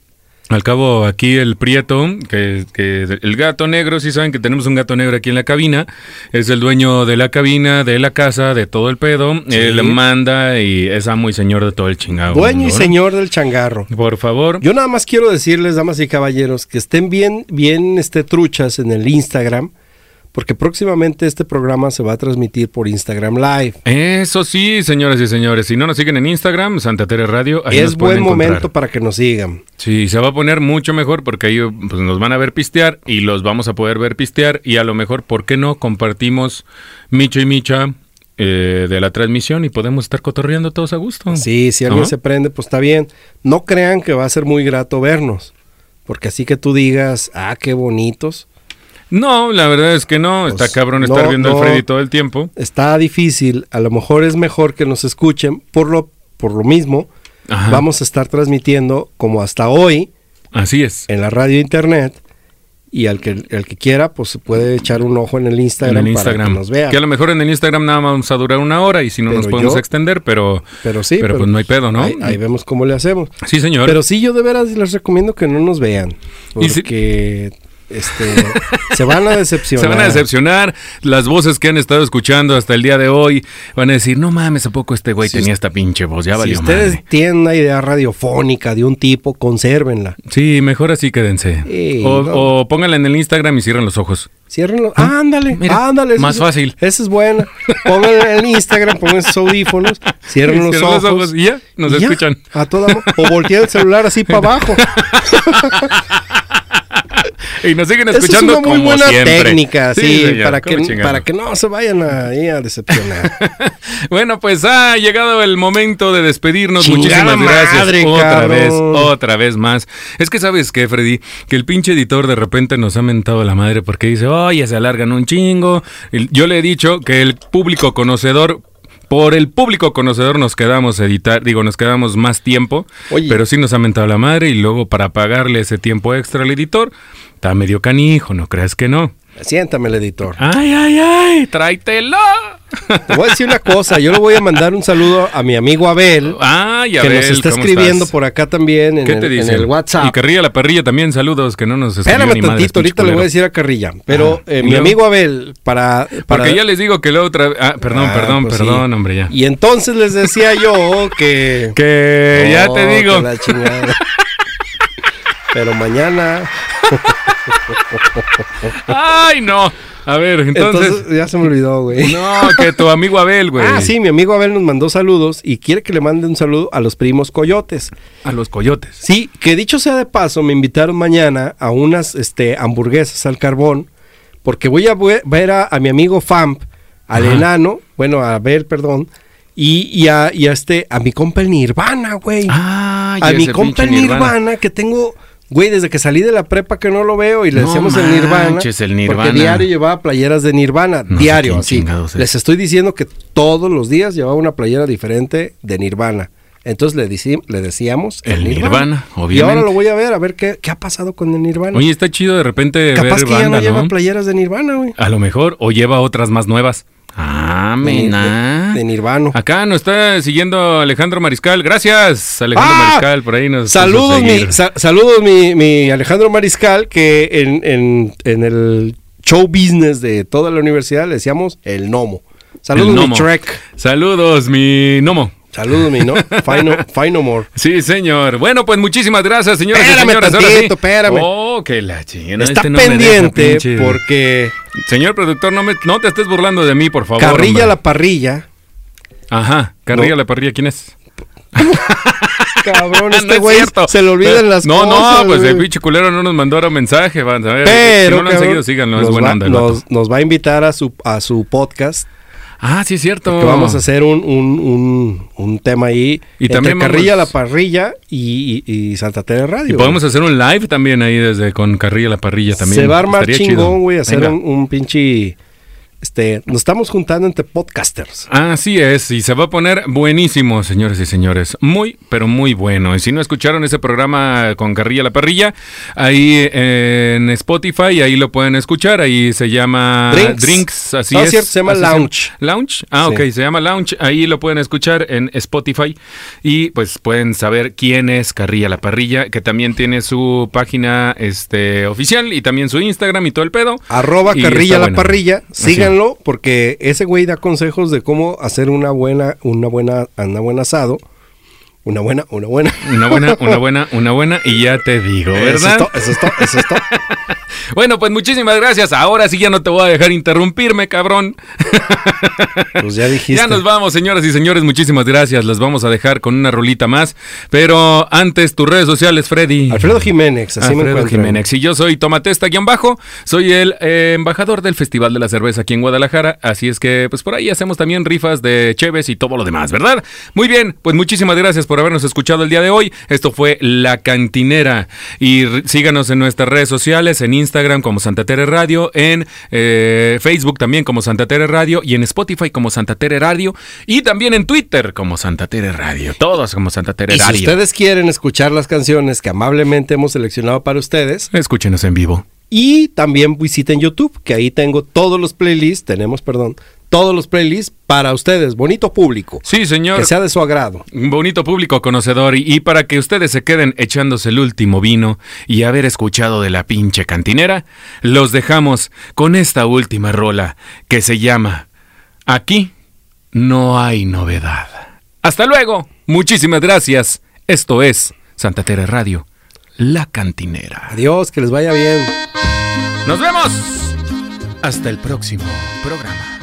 S1: Al cabo, aquí el Prieto, que, que el gato negro, sí saben que tenemos un gato negro aquí en la cabina, es el dueño de la cabina, de la casa, de todo el pedo, él manda y es amo y señor de todo el chingado.
S2: Dueño y
S1: mundo, ¿no?
S2: señor del changarro.
S1: Por favor.
S2: Yo nada más quiero decirles, damas y caballeros, que estén bien, bien este, truchas en el Instagram, porque próximamente este programa se va a transmitir por Instagram Live.
S1: Eso sí, señoras y señores, si no nos siguen en Instagram, Santa Tere Radio, ahí
S2: es
S1: nos pueden
S2: buen
S1: encontrar.
S2: momento para que nos sigan.
S1: Sí, se va a poner mucho mejor porque ahí pues, nos van a ver pistear y los vamos a poder ver pistear y a lo mejor, ¿por qué no? Compartimos Micho y Micha eh, de la transmisión y podemos estar cotorreando todos a gusto.
S2: Sí, si alguien
S1: Mm. Ajá.
S2: se prende, pues está bien. No crean que va a ser muy grato vernos, porque así que tú digas, ah, qué bonitos.
S1: No, la verdad es que no,
S2: Pues,
S1: está cabrón
S2: no,
S1: estar viendo
S2: no.
S1: al Freddy todo el tiempo.
S2: Está difícil, a lo mejor es mejor que nos escuchen por lo, por lo mismo.
S1: Ajá.
S2: Vamos a estar transmitiendo como hasta hoy.
S1: Así es.
S2: en la radio internet y al que, al que quiera, pues se puede echar un ojo en el Instagram,
S1: en el Instagram.
S2: para que nos vea.
S1: a lo mejor en el Instagram nada más vamos a durar una hora y si no
S2: Pero
S1: nos podemos
S2: yo-
S1: extender, pero,
S2: Pero sí,
S1: pero, pues no hay pedo, ¿no?
S2: Ahí, ahí vemos cómo le hacemos.
S1: Sí, señor.
S2: Pero sí, yo de veras les recomiendo que no nos vean.
S1: Y si-
S2: Porque este, se van a decepcionar.
S1: Se van a decepcionar. Las voces que han estado escuchando hasta el día de hoy van a decir, no mames, ¿a poco este güey tenía esta pinche voz? Ya
S2: Si
S1: valió
S2: ustedes
S1: madre".
S2: tienen una idea radiofónica de un tipo, consérvenla.
S1: Sí, mejor así quédense.
S2: Sí,
S1: o,
S2: no.
S1: o pónganla en el Instagram y cierren los ojos.
S2: Ciérrenlo.
S1: Ah,
S2: ándale,
S1: mira,
S2: ándale. esa
S1: más
S2: es-
S1: fácil.
S2: Esa es buena. Pónganla en el Instagram, pongan sus audífonos, cierren los,
S1: Cierren los
S2: ojos,
S1: ojos y ya, nos
S2: ya,
S1: escuchan.
S2: A toda, mo- o voltean el celular así para abajo.
S1: Y nos siguen
S2: Esa es
S1: escuchando
S2: una muy
S1: como
S2: buena
S1: siempre.
S2: técnica, sí,
S1: señor,
S2: para,
S1: ¿cómo
S2: que,
S1: chingado?
S2: para que no se vayan ahí a decepcionar.
S1: Bueno, pues ha llegado el momento de despedirnos.
S2: Chingada
S1: Muchísimas gracias.
S2: madre,
S1: otra
S2: cabrón.
S1: vez, otra vez más. Es que sabes qué, Freddy, que el pinche editor de repente nos ha mentado la madre porque dice, oye, se alargan un chingo. El- Yo le he dicho que el público conocedor... Por el público conocedor nos quedamos a editar, digo, nos quedamos más tiempo,
S2: Oye.
S1: pero sí nos ha mentado la madre y luego para pagarle ese tiempo extra al editor, está medio canijo, no creas que no.
S2: Siéntame el editor.
S1: ¡Ay, ay, ay! ¡Tráitelo!
S2: Te voy a decir una cosa, yo le voy a mandar un saludo a mi amigo Abel,
S1: ¡Ay,
S2: que nos
S1: Abel,
S2: está
S1: ¿cómo
S2: escribiendo
S1: estás?
S2: por acá también en,
S1: ¿Qué
S2: el,
S1: te
S2: en
S1: dice?
S2: el
S1: Y
S2: WhatsApp.
S1: Carrilla la Parrilla también, saludos, que no nos escribió
S2: Espérame
S1: ni
S2: tantito,
S1: madres, pinche
S2: ahorita le voy a
S1: culero. Ah,
S2: decir a Carrilla, pero eh, mi
S1: luego?
S2: amigo Abel, para... para
S1: Porque ya les digo que la otra... Ah, perdón,
S2: Ah,
S1: perdón,
S2: pues sí.
S1: perdón, hombre, ya.
S2: Y entonces les decía yo que...
S1: Que ya
S2: Oh,
S1: te digo.
S2: que la chingada. pero mañana...
S1: ¡Ay, no! A ver, entonces...
S2: Entonces, ya se me olvidó, güey.
S1: No, que tu amigo Abel, güey.
S2: Ah, sí, mi amigo Abel nos mandó saludos y quiere que le mande un saludo a los primos coyotes.
S1: A los coyotes.
S2: Sí, que dicho sea de paso, me invitaron mañana a unas este, hamburguesas al carbón, porque voy a vue- ver a, a mi amigo Famp, al
S1: Ajá.
S2: enano, bueno, a ver, perdón, y, y a, y a este, a mi compa el Nirvana, güey.
S1: Ay,
S2: a
S1: Ah,
S2: mi
S1: ese
S2: compa el
S1: pinche
S2: Nirvana. que tengo, güey, desde que salí de la prepa que no lo veo y le
S1: No
S2: decíamos el Nirvana.
S1: manches, el Nirvana.
S2: Porque diario llevaba playeras de Nirvana,
S1: No sé
S2: diario,
S1: quién
S2: así.
S1: chingados es.
S2: Les estoy diciendo que todos los días llevaba una playera diferente de Nirvana. Entonces le, dici- le decíamos
S1: El Nirvana,
S2: Y ahora
S1: obviamente.
S2: lo voy a ver, a ver qué, qué ha pasado con el Nirvana.
S1: Oye, está chido de repente
S2: Capaz
S1: ver
S2: que ya no,
S1: banda,
S2: lleva
S1: ¿no?
S2: playeras de Nirvana, güey.
S1: A lo mejor, o lleva otras más nuevas. Ah,
S2: De, de-
S1: mena.
S2: de Nirvana.
S1: Acá nos está siguiendo Alejandro Mariscal. Gracias, Alejandro
S2: ¡Ah!
S1: Mariscal. Por ahí nos.
S2: Saludos,
S1: puso a seguir.
S2: mi, sa- saludos mi, mi Alejandro Mariscal, que en, en- en el show business de toda la universidad le decíamos el gnomo. Saludos,
S1: El
S2: mi
S1: gnomo.
S2: Trek.
S1: Saludos, mi Nomo.
S2: Saludos, mi, ¿no? Fino, Fino More.
S1: Sí, señor. Bueno, pues muchísimas gracias, señoras
S2: Espérame
S1: y señores. Ahora sí.
S2: tantito, espérame.
S1: Oh, que la chingada.
S2: Está
S1: Este no me deja,
S2: pendiente
S1: pinche.
S2: porque
S1: Señor productor, no, me, no te estés burlando de mí, por favor.
S2: Carrilla
S1: hombre.
S2: la Parrilla.
S1: Ajá, Carrilla
S2: No.
S1: la parrilla, ¿quién es?
S2: Cabrón,
S1: Ah, No
S2: este
S1: es
S2: güey
S1: cierto.
S2: se le olvidan las
S1: no,
S2: cosas.
S1: No, pues
S2: güey.
S1: el pinche culero no nos mandó ahora un mensaje, van a ver. si
S2: Pero,
S1: no lo han
S2: cabrón,
S1: seguido, síganlo, es
S2: nos
S1: buena
S2: va-
S1: onda. el vato.
S2: Nos, nos va a invitar a su, a su podcast
S1: Ah, sí es cierto.
S2: Que vamos a hacer un, un, un, un tema ahí.
S1: Y
S2: entre
S1: también vamos-
S2: Carrilla, La Parrilla y, y- y Santa Tere Radio.
S1: Y podemos hacer un live también ahí desde con Carrilla la parrilla también.
S2: Se va a armar
S1: Estaría chido.
S2: chingón, güey, hacer
S1: Venga.
S2: un, un pinche... Este, nos estamos juntando entre podcasters.
S1: Así es, y se va a poner buenísimo, señores y señores. Muy, pero muy bueno. Y si no escucharon ese programa con Carrilla la Parrilla, ahí eh, en Spotify, ahí lo pueden escuchar. Ahí se llama
S2: Drinks.
S1: Drinks, así
S2: No,
S1: es.
S2: cierto, se llama
S1: así
S2: Lounge.
S1: ¿Lounge? Ah,
S2: Sí.
S1: ok, se llama Lounge. Ahí lo pueden escuchar en Spotify. Y pues pueden saber quién es Carrilla la Parrilla, que también tiene su página este, oficial y también su Instagram y todo el pedo.
S2: Arroba
S1: Y
S2: Carrilla
S1: está
S2: La
S1: bueno.
S2: Parrilla.
S1: Así.
S2: Síganlo porque ese güey da consejos de cómo hacer una buena, una buena, una buen asado. Una buena, una buena.
S1: Una buena, una buena, una buena, y ya te digo,
S2: Eso es
S1: ¿verdad?
S2: todo, eso es todo, eso es todo.
S1: Bueno, pues muchísimas gracias. Ahora sí ya no te voy a dejar interrumpirme, cabrón.
S2: Pues ya dijiste.
S1: Ya nos vamos, señoras y señores. Muchísimas gracias. Las vamos a dejar con una rolita más. Pero antes, tus redes sociales, Freddy.
S2: Alfredo Jiménez, así me
S1: Alfredo
S2: encuentran.
S1: Jiménez. Y yo soy Tomatesta-Bajo. Soy el eh, embajador del Festival de la Cerveza aquí en Guadalajara. Así es que, pues por ahí hacemos también rifas de Cheves y todo lo demás, ¿verdad? Muy bien, pues muchísimas gracias por habernos escuchado el día de hoy. Esto fue La Cantinera. Y r- síganos en nuestras redes sociales, en Instagram como Santa Tere Radio, en eh, Facebook también como Santa Tere Radio y en Spotify como Santa Tere Radio y también en Twitter como Santa Tere Radio. Todos como Santa Tere
S2: Y si
S1: Radio.
S2: ustedes quieren escuchar las canciones que amablemente hemos seleccionado para ustedes,
S1: Escúchenos en vivo.
S2: y también visiten YouTube, que ahí tengo todos los playlists, tenemos, perdón, todos los playlists para ustedes, bonito público,
S1: Sí, señor.
S2: que sea de su agrado.
S1: Un Bonito público conocedor y, y para que ustedes se queden echándose el último vino y haber escuchado de la pinche cantinera, los dejamos con esta última rola que se llama Aquí no hay novedad. Hasta luego, muchísimas gracias. Esto es Santa Tere Radio, La Cantinera.
S2: Adiós, que les vaya bien.
S1: Nos vemos. Hasta el próximo programa.